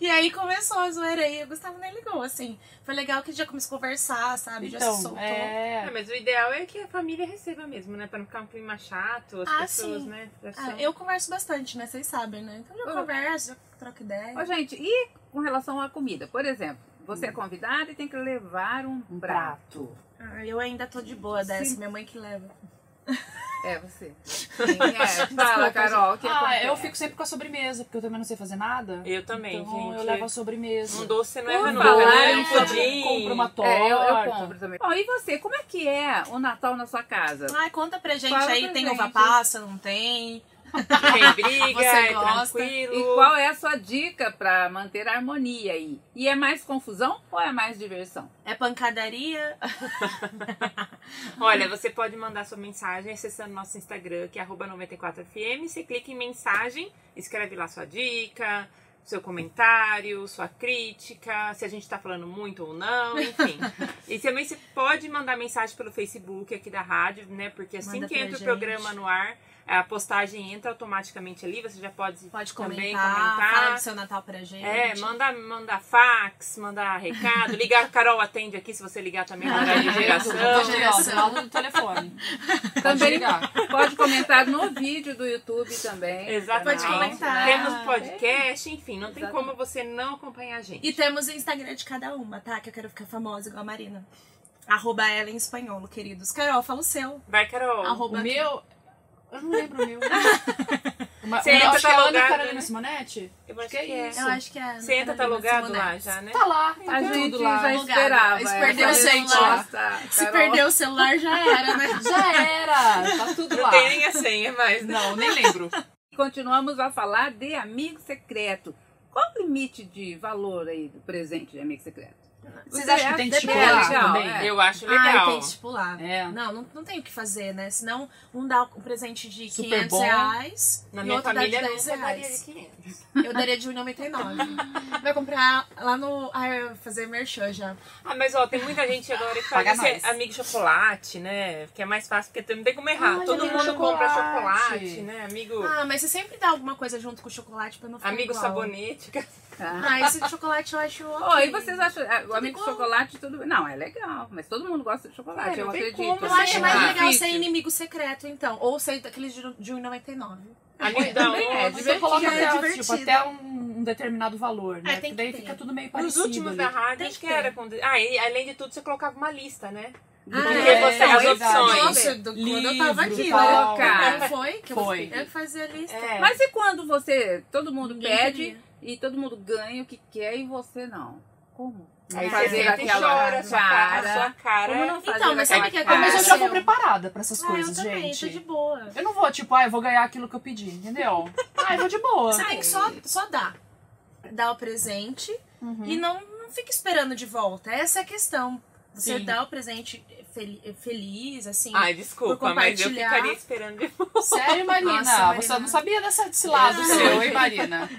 Speaker 2: E aí começou a zoeira aí. O Gustavo nem ligou, assim. Foi legal que ele já começou a conversar, sabe? já se
Speaker 5: Então,
Speaker 2: soltou.
Speaker 5: é...
Speaker 3: É, mas o ideal é que a família receba mesmo, né? Pra não ficar um clima chato, as
Speaker 2: Ah,
Speaker 3: pessoas,
Speaker 2: sim.
Speaker 3: né? Já
Speaker 2: Ah,
Speaker 3: são-
Speaker 2: eu converso bastante, né? Vocês sabem, né? Então
Speaker 3: Ah.
Speaker 2: eu
Speaker 1: Ô.
Speaker 2: converso, já troco ideia.
Speaker 1: Ô, gente, e com relação à comida? Por exemplo, você é convidada e tem que levar um,
Speaker 5: Um
Speaker 1: prato.
Speaker 2: Ah, eu ainda tô de boa dessa,
Speaker 1: Sim.
Speaker 2: minha mãe que leva.
Speaker 1: É você. Sim, é. Fala,
Speaker 2: Desculpa,
Speaker 1: Carol. o Que é
Speaker 5: Ah, eu
Speaker 1: acontece?
Speaker 5: fico sempre com a sobremesa, porque eu também não sei fazer nada.
Speaker 3: Eu também,
Speaker 5: então,
Speaker 3: gente.
Speaker 5: eu levo a sobremesa.
Speaker 3: Um doce não
Speaker 1: Por
Speaker 3: erra
Speaker 1: falar
Speaker 3: nunca, né?
Speaker 1: em
Speaker 3: Um
Speaker 5: Eu
Speaker 3: pudim.
Speaker 5: compro uma torta.
Speaker 1: É, eu, eu compro também. Bom, e você, como é que é o Natal na sua casa?
Speaker 5: Ah,
Speaker 2: Ai, conta pra gente
Speaker 1: Fala
Speaker 2: aí,
Speaker 1: pra
Speaker 2: tem
Speaker 1: gente.
Speaker 2: uva passa, não tem?
Speaker 3: Tem briga,
Speaker 2: Você
Speaker 3: é
Speaker 2: gosta.
Speaker 3: tranquilo.
Speaker 1: E qual é a sua dica pra manter a harmonia aí? E é mais confusão ou é mais diversão?
Speaker 2: É pancadaria?
Speaker 3: Olha, você pode mandar sua mensagem acessando nosso Instagram, que é arroba 94fm. Você clica em mensagem, escreve lá sua dica, seu comentário, sua crítica, se a gente tá falando muito ou não, enfim. e também você pode mandar mensagem pelo Facebook aqui da rádio, né? Porque assim
Speaker 2: Manda
Speaker 3: que
Speaker 2: pra
Speaker 3: entra
Speaker 2: gente.
Speaker 3: o programa no ar, a postagem entra automaticamente ali, você já pode,
Speaker 2: Pode comentar,
Speaker 3: também
Speaker 2: fala do
Speaker 3: comentar.
Speaker 2: seu Natal pra gente.
Speaker 3: É, manda, manda fax, manda recado, ligar, Carol atende aqui, se você ligar também, mandar de geração.
Speaker 5: assim, Não, sinal do telefone. Pode
Speaker 1: Também
Speaker 5: ligar.
Speaker 1: pode comentar no vídeo do YouTube também.
Speaker 3: Exatamente.
Speaker 2: Pode comentar.
Speaker 3: Temos podcast, enfim, não tem
Speaker 1: Exatamente.
Speaker 3: como você não acompanhar a gente.
Speaker 2: E temos o Instagram de cada uma, tá? Que eu quero ficar famosa igual a Marina. Arroba ela em espanhol, queridos. Carol, fala o seu.
Speaker 3: Vai, Carol.
Speaker 2: Arroba
Speaker 5: O meu. Eu não lembro o meu. Uma,
Speaker 3: Você
Speaker 5: eu
Speaker 3: entra
Speaker 5: acho que é Ana
Speaker 3: catalogado,
Speaker 5: Carolina
Speaker 3: né?
Speaker 5: Simonetti?
Speaker 3: Eu acho
Speaker 5: Que
Speaker 3: que é.
Speaker 5: isso?
Speaker 2: Eu acho que é.
Speaker 3: Você entra catalogado lá já, né?
Speaker 5: Tá lá, tá
Speaker 1: A
Speaker 5: tudo
Speaker 1: gente
Speaker 5: lá.
Speaker 1: já
Speaker 2: Alugado.
Speaker 1: esperava. é,
Speaker 2: Se
Speaker 1: essa
Speaker 2: perdeu, gente, ó.
Speaker 1: resposta,
Speaker 2: Se
Speaker 1: tá, Carol.
Speaker 2: perdeu o celular, já era, né?
Speaker 5: Já era, tá tudo
Speaker 3: Não
Speaker 5: lá.
Speaker 3: tem nem a senha mais. né?
Speaker 5: Não, nem lembro.
Speaker 1: Continuamos a falar de amigo secreto. Qual o limite de valor aí do presente de amigo secreto?
Speaker 5: Vocês
Speaker 1: Você
Speaker 5: acham que
Speaker 1: acha
Speaker 5: tem
Speaker 1: que
Speaker 5: que tipo
Speaker 1: é
Speaker 5: lá
Speaker 1: legal,
Speaker 5: também?
Speaker 1: é.
Speaker 3: Eu acho
Speaker 2: Ah,
Speaker 3: legal.
Speaker 2: tem que estipular.
Speaker 5: É.
Speaker 2: Não, não, não tem o que fazer, né? Senão, um dá um presente de
Speaker 5: Super
Speaker 2: 500
Speaker 5: bom.
Speaker 2: reais
Speaker 3: Na
Speaker 2: e
Speaker 3: minha
Speaker 2: outro
Speaker 3: família
Speaker 2: dá de
Speaker 3: não
Speaker 2: 10
Speaker 3: daria de
Speaker 2: reais.
Speaker 3: 500.
Speaker 2: Eu daria de 1,99. Vai comprar lá no... Ah, eu vou fazer merchan já.
Speaker 3: Ah, mas ó, tem muita gente agora que
Speaker 5: Paga
Speaker 3: faz
Speaker 5: nós.
Speaker 3: isso, é amigo chocolate, né? Que é mais fácil, porque não tem como errar.
Speaker 5: Olha,
Speaker 3: Todo
Speaker 5: amigo
Speaker 3: mundo compra
Speaker 5: chocolate.
Speaker 3: chocolate, né? Amigo,
Speaker 2: Ah, mas você sempre dá alguma coisa junto com o chocolate pra não ficar
Speaker 3: amigo
Speaker 2: igual.
Speaker 3: sabonete. é
Speaker 1: Tá?
Speaker 2: Ah, esse de chocolate eu acho
Speaker 1: Ó,
Speaker 2: ok.
Speaker 1: e vocês acham, ah, o amigo de
Speaker 2: igual.
Speaker 1: chocolate, tudo bem. Não, é legal, mas todo mundo gosta de chocolate,
Speaker 3: É,
Speaker 1: eu
Speaker 3: não tem
Speaker 1: acredito.
Speaker 3: como,
Speaker 2: Eu
Speaker 3: Você
Speaker 2: acho
Speaker 3: é
Speaker 2: mais
Speaker 3: difícil.
Speaker 2: legal ser inimigo secreto, então. Ou ser daqueles de de 1,99.
Speaker 3: Amigo da
Speaker 1: também é,
Speaker 3: onde?
Speaker 5: Mas eu coloco
Speaker 2: divertido, é
Speaker 5: até, tipo,
Speaker 2: divertido.
Speaker 5: até um, um determinado valor, né?
Speaker 2: É, tem que
Speaker 5: daí
Speaker 2: ter.
Speaker 5: fica tudo meio
Speaker 3: Nos
Speaker 5: parecido.
Speaker 3: últimos da
Speaker 5: ali.
Speaker 3: rádio,
Speaker 2: Tem
Speaker 3: acho
Speaker 2: que
Speaker 3: que
Speaker 2: ter.
Speaker 3: era. Quando... Ah, e além de tudo, você colocava uma lista, né?
Speaker 2: Ah,
Speaker 3: Porque
Speaker 2: é.
Speaker 3: você, as
Speaker 1: Não,
Speaker 3: opções.
Speaker 2: Nossa, do, quando eu tava
Speaker 5: Livro,
Speaker 2: aqui, né?
Speaker 5: tal.
Speaker 1: Colocar.
Speaker 2: Não foi? Que eu-
Speaker 5: Foi.
Speaker 2: Eu que fazia a lista.
Speaker 3: É.
Speaker 1: Mas e quando você, todo mundo
Speaker 2: Ninguém
Speaker 1: pede
Speaker 2: queria.
Speaker 1: e todo mundo ganha o que quer e você não? Como?
Speaker 3: Aí
Speaker 1: Fazer
Speaker 3: você sempre
Speaker 1: aquela
Speaker 3: chora, a sua cara, a sua cara
Speaker 1: Como
Speaker 3: é-
Speaker 1: não fazer
Speaker 2: Então, mas sabe
Speaker 1: aquela
Speaker 2: o que é-
Speaker 1: cara?
Speaker 5: Mas eu já vou
Speaker 2: Aconteceu.
Speaker 5: preparada pra essas
Speaker 2: Ah,
Speaker 5: coisas,
Speaker 2: eu também,
Speaker 5: gente.
Speaker 2: tô de boa.
Speaker 5: Eu não vou, tipo, ah, eu vou ganhar aquilo que eu pedi, entendeu? ah, eu vou de boa.
Speaker 2: Você tem que só, só dar. Dar o presente e não, não fica esperando de volta. Essa é a questão. Você
Speaker 5: Sim.
Speaker 2: dá o presente fel- feliz, assim.
Speaker 3: Ai, desculpa,
Speaker 2: Por
Speaker 3: mas eu
Speaker 2: compartilhar.
Speaker 3: ficaria esperando
Speaker 5: Sério, Marina?
Speaker 2: Nossa,
Speaker 5: Você
Speaker 2: Marina.
Speaker 5: não sabia dessa, desse lado
Speaker 2: Não.
Speaker 5: seu, hein, Marina?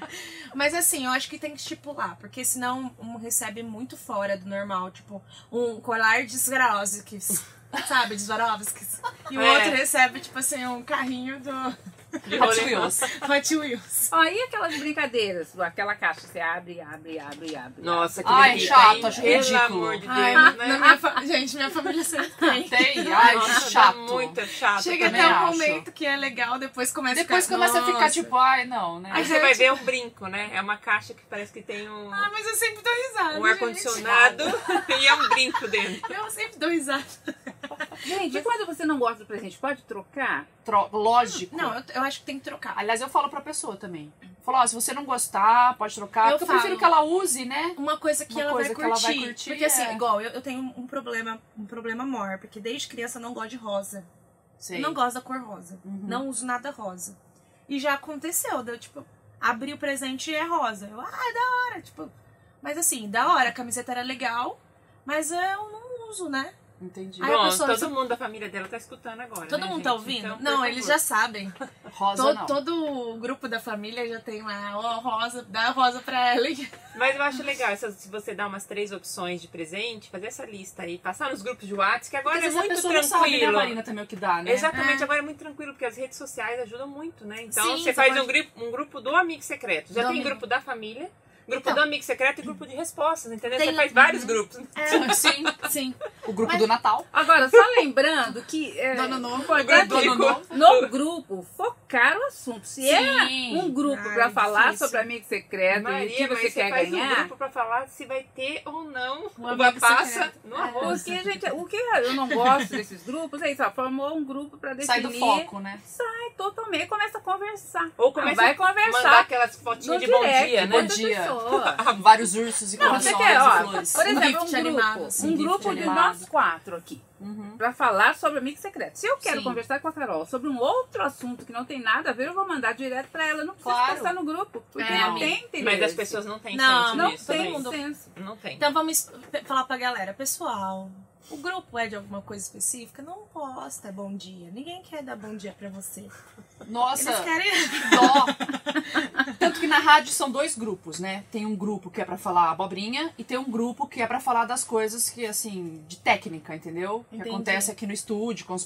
Speaker 2: Mas assim, eu acho que tem que estipular, porque senão um recebe muito fora do normal, tipo, um colar de Swarovskis, sabe, de Swarovskis. E o
Speaker 3: É.
Speaker 2: outro recebe, tipo assim, um carrinho do
Speaker 3: de
Speaker 5: Hot
Speaker 3: rolê.
Speaker 5: Wheels.
Speaker 2: Hot Wheels.
Speaker 1: Ó, e aquelas brincadeiras? Aquela caixa, você abre, abre, abre, abre.
Speaker 3: Nossa, que
Speaker 5: Ai,
Speaker 3: delícia,
Speaker 5: chato,
Speaker 3: hein?
Speaker 5: acho é
Speaker 3: Pelo
Speaker 5: ridículo.
Speaker 3: amor de Deus,
Speaker 2: Ai,
Speaker 3: né?
Speaker 2: Ah, na minha fa- Gente, minha família sempre tem.
Speaker 5: Tem, ai,
Speaker 3: Nossa, dá
Speaker 5: chato.
Speaker 3: muito é chato.
Speaker 2: Chega
Speaker 5: também
Speaker 2: até um
Speaker 5: acho.
Speaker 2: momento que é legal, depois começa
Speaker 5: Depois
Speaker 2: a ficar...
Speaker 5: começa a ficar
Speaker 2: Nossa.
Speaker 5: tipo, ai, não, né?
Speaker 3: Aí você vai ver um brinco, né? É uma caixa que parece que tem um,
Speaker 2: Ah, mas eu sempre dou risada,
Speaker 3: um
Speaker 2: gente.
Speaker 3: ar-condicionado e é um brinco dentro.
Speaker 2: Eu sempre dou risada.
Speaker 1: Gente, e quando você não gosta do presente, pode trocar?
Speaker 5: Tro- Lógico.
Speaker 2: Não, eu, eu acho que tem que trocar.
Speaker 5: Aliás, eu falo pra pessoa também. Falo, ó, se você não gostar, pode trocar.
Speaker 2: Eu
Speaker 5: porque
Speaker 2: falo.
Speaker 5: eu prefiro que ela use, né?
Speaker 2: Uma coisa que,
Speaker 5: Uma
Speaker 2: ela,
Speaker 5: coisa
Speaker 2: vai
Speaker 5: que ela
Speaker 2: curtir,
Speaker 5: vai curtir,
Speaker 2: Porque assim,
Speaker 5: é.
Speaker 2: igual, eu, eu tenho um problema, um problema maior, porque desde criança eu não gosto de rosa.
Speaker 5: Sei.
Speaker 2: Eu não gosto da cor rosa.
Speaker 5: Uhum.
Speaker 2: Não uso nada rosa. E já aconteceu, deu tipo, abri o presente e é rosa. Eu, ah, da hora, tipo. Mas assim, da hora, a camiseta era legal, mas eu não uso, né?
Speaker 5: Entendi.
Speaker 2: Aí a
Speaker 3: Bom,
Speaker 2: pessoa-
Speaker 3: todo mundo da família dela tá escutando agora.
Speaker 2: Todo
Speaker 3: né,
Speaker 2: mundo
Speaker 3: gente?
Speaker 2: tá ouvindo?
Speaker 3: Então, por
Speaker 2: não, eles já
Speaker 3: favor.
Speaker 2: sabem.
Speaker 5: Rosa
Speaker 2: To-
Speaker 5: não.
Speaker 2: Todo o grupo da família já tem lá, ó, rosa, dá a rosa pra ela.
Speaker 3: Mas eu acho legal essas- se você dá umas três opções de presente, fazer essa lista aí, passar nos grupos de WhatsApp, que
Speaker 5: Porque
Speaker 3: agora
Speaker 5: às vezes
Speaker 3: é
Speaker 5: a
Speaker 3: muito
Speaker 5: pessoa não sabe, né,
Speaker 3: tranquilo.
Speaker 5: Marina, também o que dá, né?
Speaker 3: Exatamente, agora é muito tranquilo, porque as redes sociais ajudam muito, né? Então
Speaker 2: Sim,
Speaker 3: você
Speaker 2: você
Speaker 3: faz
Speaker 2: pode-
Speaker 3: um, grupo, um grupo do amigo secreto. Já
Speaker 2: Do
Speaker 3: tem
Speaker 2: amigo.
Speaker 3: grupo da família, grupo
Speaker 2: Então.
Speaker 3: do amigo secreto e grupo de respostas, entendeu?
Speaker 2: Tem-
Speaker 3: Você faz vários grupos.
Speaker 2: É, sim, sim.
Speaker 5: O grupo
Speaker 2: Mas-
Speaker 5: do Natal.
Speaker 1: Agora, só lembrando que. É,
Speaker 5: Do Ano Novo.
Speaker 1: importante
Speaker 3: Do Ano
Speaker 1: é
Speaker 5: Novo.
Speaker 1: No grupo, focar o assunto. Se é
Speaker 5: Sim.
Speaker 1: um grupo
Speaker 2: Ai,
Speaker 1: pra falar
Speaker 2: difícil.
Speaker 1: sobre amigo secreto e o É que
Speaker 3: Maria, mas
Speaker 1: você
Speaker 3: você
Speaker 1: quer
Speaker 3: faz um
Speaker 1: ganhar.
Speaker 3: grupo pra falar se vai ter ou não
Speaker 2: Um
Speaker 3: uma
Speaker 2: amigo
Speaker 3: passa
Speaker 2: secreto.
Speaker 3: no arroz.
Speaker 1: Porque, gente, o que eu não gosto desses grupos é isso, ó, formou um grupo pra
Speaker 5: Sai
Speaker 1: definir.
Speaker 5: do foco, né?
Speaker 1: Sai totalmente, começa a conversar.
Speaker 3: Ou começa
Speaker 1: vai
Speaker 3: a mandar
Speaker 1: conversar
Speaker 3: aquelas
Speaker 1: no
Speaker 3: fotinhas de bom
Speaker 1: direct
Speaker 3: dia,
Speaker 1: com
Speaker 3: né?
Speaker 1: outra
Speaker 5: Bom dia.
Speaker 1: pessoa.
Speaker 5: Ah, Vários ursos e
Speaker 1: Não,
Speaker 5: corações
Speaker 1: você quer,
Speaker 5: e
Speaker 1: ó,
Speaker 5: flores. Uhum.
Speaker 1: por exemplo, um
Speaker 2: gift
Speaker 1: grupo,
Speaker 2: animado, assim,
Speaker 1: um
Speaker 5: gift
Speaker 1: grupo de
Speaker 5: animado.
Speaker 1: nós quatro aqui,
Speaker 5: Uhum.
Speaker 1: pra falar sobre amigo secreto. Se eu quero
Speaker 5: Sim.
Speaker 1: conversar com a Carol sobre um outro assunto que não tem nada a ver, eu vou mandar direto pra ela. Não precisa
Speaker 5: Claro.
Speaker 1: passar no grupo, porque
Speaker 2: É,
Speaker 1: não tem interesse.
Speaker 3: Mas as pessoas não têm
Speaker 2: Não, Então,
Speaker 3: senso
Speaker 1: não
Speaker 3: nisso.
Speaker 1: têm
Speaker 3: né?
Speaker 2: mundo.
Speaker 1: senso.
Speaker 3: Não tem.
Speaker 2: Então vamos falar pra galera. Pessoal, O grupo é de alguma coisa específica? Não posta bom dia. Ninguém quer dar bom dia pra você.
Speaker 5: Nossa,
Speaker 2: Eles querem.
Speaker 5: que dó. Tanto que na rádio são dois grupos, né? Tem um grupo que é pra falar abobrinha e tem um grupo que é pra falar das coisas que, assim, de técnica, entendeu? Que
Speaker 2: Entendi.
Speaker 5: acontece aqui no estúdio, com os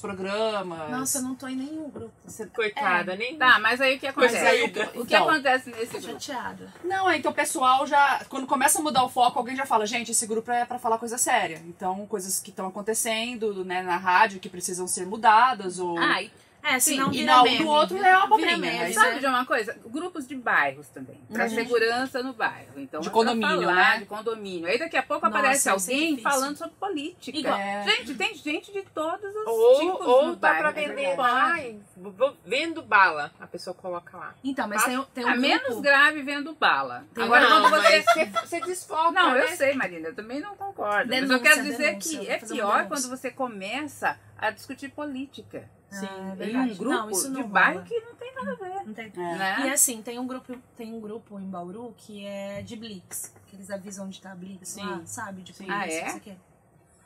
Speaker 5: programas.
Speaker 2: Nossa, eu não tô em nenhum grupo.
Speaker 5: Você-
Speaker 3: Coitada, nem dá.
Speaker 1: Tá, mas aí o que
Speaker 3: Mas
Speaker 1: acontece?
Speaker 3: aí o-
Speaker 1: o que
Speaker 5: então.
Speaker 1: acontece nesse
Speaker 2: Tô
Speaker 1: grupo?
Speaker 2: chateada.
Speaker 5: Não, é, então o pessoal já. Quando começa a mudar o foco, alguém já fala, gente, esse grupo é pra falar coisa séria. Então, coisas que estão acontecendo, né, na rádio que precisam ser mudadas, ou.
Speaker 1: Ah, e
Speaker 2: É,
Speaker 5: Sim,
Speaker 2: senão
Speaker 5: e
Speaker 2: vira
Speaker 5: na-
Speaker 2: meme.
Speaker 5: do outro é uma
Speaker 2: Vira
Speaker 5: abobrinha.
Speaker 2: meme,
Speaker 5: né? Isso
Speaker 1: sabe de uma coisa? Grupos de bairros também.
Speaker 2: Uhum.
Speaker 1: Pra segurança no bairro. Então,
Speaker 5: De
Speaker 1: é pra
Speaker 5: condomínio,
Speaker 1: falar
Speaker 5: né?
Speaker 1: De condomínio. Aí daqui a pouco
Speaker 2: Nossa,
Speaker 1: aparece
Speaker 2: isso é
Speaker 1: alguém
Speaker 2: difícil.
Speaker 1: falando sobre política.
Speaker 5: Igual. É.
Speaker 1: Gente, tem gente de todos os
Speaker 3: Ou,
Speaker 1: tipos
Speaker 3: ou
Speaker 1: no
Speaker 3: tá
Speaker 1: bairro.
Speaker 3: pra
Speaker 1: é
Speaker 3: vender.
Speaker 1: verdade.
Speaker 3: Ai, vou vendo bala. A pessoa coloca lá.
Speaker 2: Então, mas tem, tem um
Speaker 1: Tá
Speaker 2: grupo.
Speaker 1: menos grave vendo bala.
Speaker 2: Tem
Speaker 1: Agora,
Speaker 3: não,
Speaker 1: quando você
Speaker 3: mas você, você desfoca,
Speaker 1: Não, eu
Speaker 3: né?
Speaker 1: sei, Marina, eu também não concordo. mas eu
Speaker 2: Denúncia,
Speaker 1: quero dizer
Speaker 2: denúncia,
Speaker 1: que
Speaker 2: vou
Speaker 1: é
Speaker 2: fazer uma
Speaker 1: pior
Speaker 2: denúncia.
Speaker 1: quando você começa a discutir política.
Speaker 2: Sim, é
Speaker 1: em um
Speaker 2: verdade.
Speaker 1: grupo
Speaker 2: Não, isso não
Speaker 1: de bairro
Speaker 2: rola.
Speaker 1: que não tem nada a ver.
Speaker 2: Não tem-
Speaker 5: É.
Speaker 2: E
Speaker 1: Né?
Speaker 2: assim, tem um grupo, tem um grupo em Bauru que é de Blitz, que eles avisam onde tá a Blitz
Speaker 5: Sim.
Speaker 2: lá, sabe? De
Speaker 5: Sim.
Speaker 2: polícia,
Speaker 1: Ah, é?
Speaker 2: não sei o quê.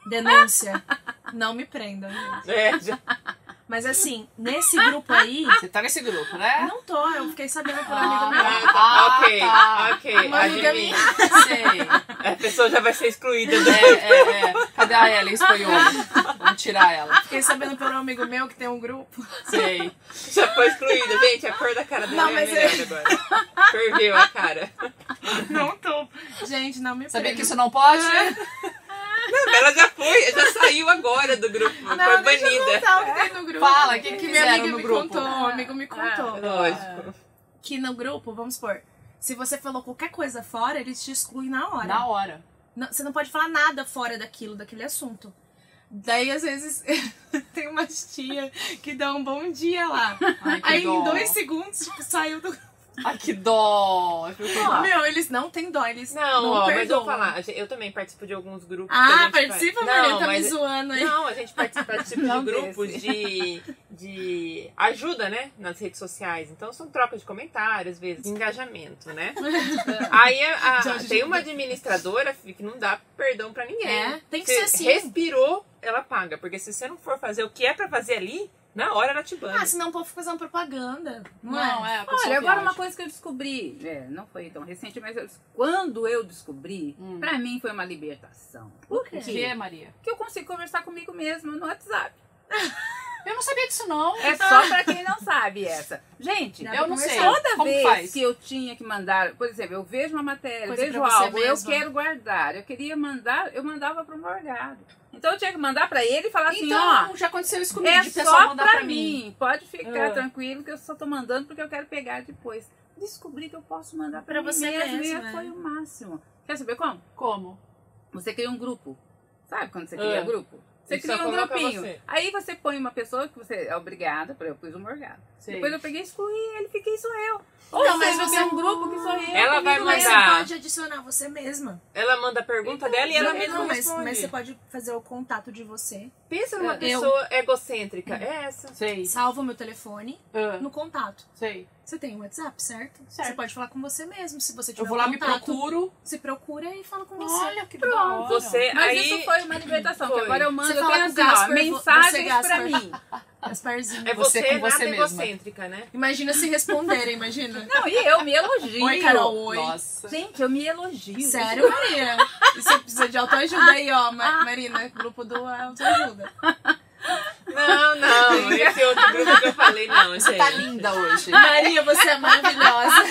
Speaker 2: Denúncia. não me prendam. gente.
Speaker 3: É, já-
Speaker 2: Mas assim, nesse grupo aí,
Speaker 5: Você tá nesse grupo, né?
Speaker 2: não tô, eu fiquei sabendo por um amiga
Speaker 5: Ah,
Speaker 2: minha.
Speaker 5: tá,
Speaker 3: ok,
Speaker 5: tá.
Speaker 3: ok.
Speaker 2: Uma amiga
Speaker 3: admito.
Speaker 5: Sei.
Speaker 3: A pessoa já vai ser excluída do
Speaker 5: É, é, é. Cadê a Ellen espanhola? Vamos tirar ela.
Speaker 2: Fiquei sabendo por um amigo meu que tem um grupo.
Speaker 5: Sei.
Speaker 3: Já foi excluída, gente. A cor da cara dela
Speaker 2: Não,
Speaker 3: é
Speaker 2: mas
Speaker 3: melhor agora. Ferveu a cara.
Speaker 2: Não tô. É. Gente, não me
Speaker 5: Sabia que
Speaker 2: prendam.
Speaker 5: isso não pode?
Speaker 3: Não, ela já foi, já saiu agora do grupo. foi
Speaker 2: Não, deixa eu
Speaker 3: banida.
Speaker 2: contar o que tem no grupo.
Speaker 5: Fala, o que
Speaker 2: que
Speaker 5: que
Speaker 2: minha
Speaker 5: fizeram
Speaker 2: amiga
Speaker 5: no
Speaker 2: me
Speaker 5: grupo?
Speaker 2: contou, um amigo me contou.
Speaker 3: Lógico.
Speaker 2: que no grupo, vamos supor, se você falou qualquer coisa fora, eles te excluem na hora.
Speaker 5: Na hora.
Speaker 2: Não- você não pode falar nada fora daquilo, daquele assunto. Daí, às vezes, tem umas tia que dá um bom dia lá.
Speaker 5: Ai, que
Speaker 2: Aí,
Speaker 5: dó.
Speaker 2: em dois segundos, tipo, saiu do...
Speaker 5: Ai, que dó. Eu fico com dó.
Speaker 2: Meu, eles não têm dó, eles
Speaker 3: Não,
Speaker 2: não,
Speaker 3: ó,
Speaker 2: perdoam.
Speaker 3: mas eu vou falar. Eu também participo de alguns grupos. que a
Speaker 2: Ah,
Speaker 3: gente
Speaker 2: participa,
Speaker 3: faz.
Speaker 2: Maria, tá me
Speaker 3: mas-
Speaker 2: zoando aí.
Speaker 3: Não, a gente participa, participa
Speaker 1: Não
Speaker 3: de grupos
Speaker 1: desse.
Speaker 3: de, de ajuda, né? Nas redes sociais. Então são trocas de comentários, às vezes, engajamento, né? Aí a- a-
Speaker 2: De ajuda.
Speaker 3: tem uma administradora fi, que não dá perdão pra ninguém.
Speaker 2: É, tem que
Speaker 3: Você
Speaker 2: ser assim.
Speaker 3: Respirou, ela paga. Porque se você não for fazer o que é pra fazer ali, na hora ela te bana.
Speaker 2: Ah, senão o povo fica fazendo propaganda. Não,
Speaker 5: Não,
Speaker 2: é?
Speaker 5: é. a pessoa
Speaker 1: Olha, agora
Speaker 5: viaja.
Speaker 1: uma coisa que eu descobri, é, não foi tão recente, mas eu- quando eu descobri,
Speaker 5: Hum.
Speaker 1: pra mim foi uma libertação.
Speaker 2: Por quê?
Speaker 5: O que, Maria?
Speaker 1: Porque eu consigo conversar comigo mesmo no WhatsApp.
Speaker 5: Eu não sabia disso, não.
Speaker 1: É só pra quem não sabe essa. Gente,
Speaker 2: Dá
Speaker 5: Eu não sei.
Speaker 1: Toda
Speaker 5: Como
Speaker 1: vez
Speaker 5: faz?
Speaker 1: que eu tinha que mandar, por exemplo, eu vejo uma matéria,
Speaker 2: Coisa
Speaker 1: vejo
Speaker 2: pra você
Speaker 1: algo, eu
Speaker 2: mesma.
Speaker 1: quero guardar, eu queria mandar, eu mandava para o Morgado. Então eu tinha que mandar para ele e falar assim, ó,
Speaker 5: Então, já aconteceu isso comigo.
Speaker 1: é
Speaker 5: de pessoal
Speaker 1: só
Speaker 5: mandar
Speaker 1: para mim. pode ficar
Speaker 5: Ah.
Speaker 1: tranquilo que eu só tô mandando porque eu quero pegar depois. Descobri que eu posso mandar para
Speaker 2: Pra
Speaker 1: você
Speaker 2: você
Speaker 1: mesmo,
Speaker 2: mesma,
Speaker 1: e
Speaker 2: é.
Speaker 1: foi o máximo. Quer saber como?
Speaker 5: Como?
Speaker 1: Você cria um grupo. Sabe quando você cria
Speaker 3: Ah.
Speaker 1: grupo? Você
Speaker 3: Ele só
Speaker 1: cria um
Speaker 3: coloca
Speaker 1: grupinho.
Speaker 3: você.
Speaker 1: Aí você põe uma pessoa que você é obrigada, por exemplo, eu pus o Morgado.
Speaker 5: Sei.
Speaker 1: Depois eu peguei e excluí ele, fiquei só eu.
Speaker 2: Não,
Speaker 1: Ou não, mas
Speaker 2: mas você-
Speaker 1: você é um grupo que sou eu.
Speaker 3: Ela
Speaker 1: comigo
Speaker 3: vai
Speaker 2: Mas você
Speaker 1: mesma.
Speaker 3: mandar.
Speaker 2: pode adicionar você mesma.
Speaker 3: Ela manda a pergunta dela e ela
Speaker 2: Não,
Speaker 3: mesma
Speaker 2: mas,
Speaker 3: responde.
Speaker 2: mas você pode fazer o contato de você.
Speaker 3: Pensa numa
Speaker 5: Eu-
Speaker 3: pessoa egocêntrica. É essa.
Speaker 5: Sei.
Speaker 2: Salva o meu telefone
Speaker 5: Ah,
Speaker 2: no contato.
Speaker 5: sei.
Speaker 2: Você tem o WhatsApp, certo?
Speaker 5: Certo.
Speaker 2: Você pode falar com você mesmo, se você tiver
Speaker 5: Eu vou lá,
Speaker 2: um
Speaker 5: me
Speaker 2: contato.
Speaker 5: procuro.
Speaker 2: Se procura e fala com você.
Speaker 5: Olha, que dó.
Speaker 3: Você
Speaker 1: Mas
Speaker 3: aí
Speaker 1: isso foi uma libertação,
Speaker 3: Foi.
Speaker 1: que agora eu mando,
Speaker 2: Você
Speaker 1: eu
Speaker 2: fala
Speaker 1: tenho
Speaker 2: com o
Speaker 1: assim, ó,
Speaker 2: Gasper, você,
Speaker 1: mensagens pra
Speaker 2: Gasper.
Speaker 1: mim.
Speaker 2: Gasparzinho.
Speaker 3: é
Speaker 5: você
Speaker 3: você,
Speaker 5: com você
Speaker 3: nada
Speaker 5: mesma.
Speaker 3: egocêntrica, né?
Speaker 2: Imagina se responderem, imagina.
Speaker 1: Não, e eu me elogio.
Speaker 2: Oi, Carol, oi.
Speaker 5: Nossa.
Speaker 1: Gente, eu me elogio.
Speaker 2: Sério, Maria? E você precisa de autoajuda aí, ó, Ma- Marina, grupo do autoajuda.
Speaker 3: Não, não. Esse é outro grupo que eu falei, não,
Speaker 5: Você tá
Speaker 3: gente.
Speaker 5: linda hoje.
Speaker 2: Maria, você é maravilhosa.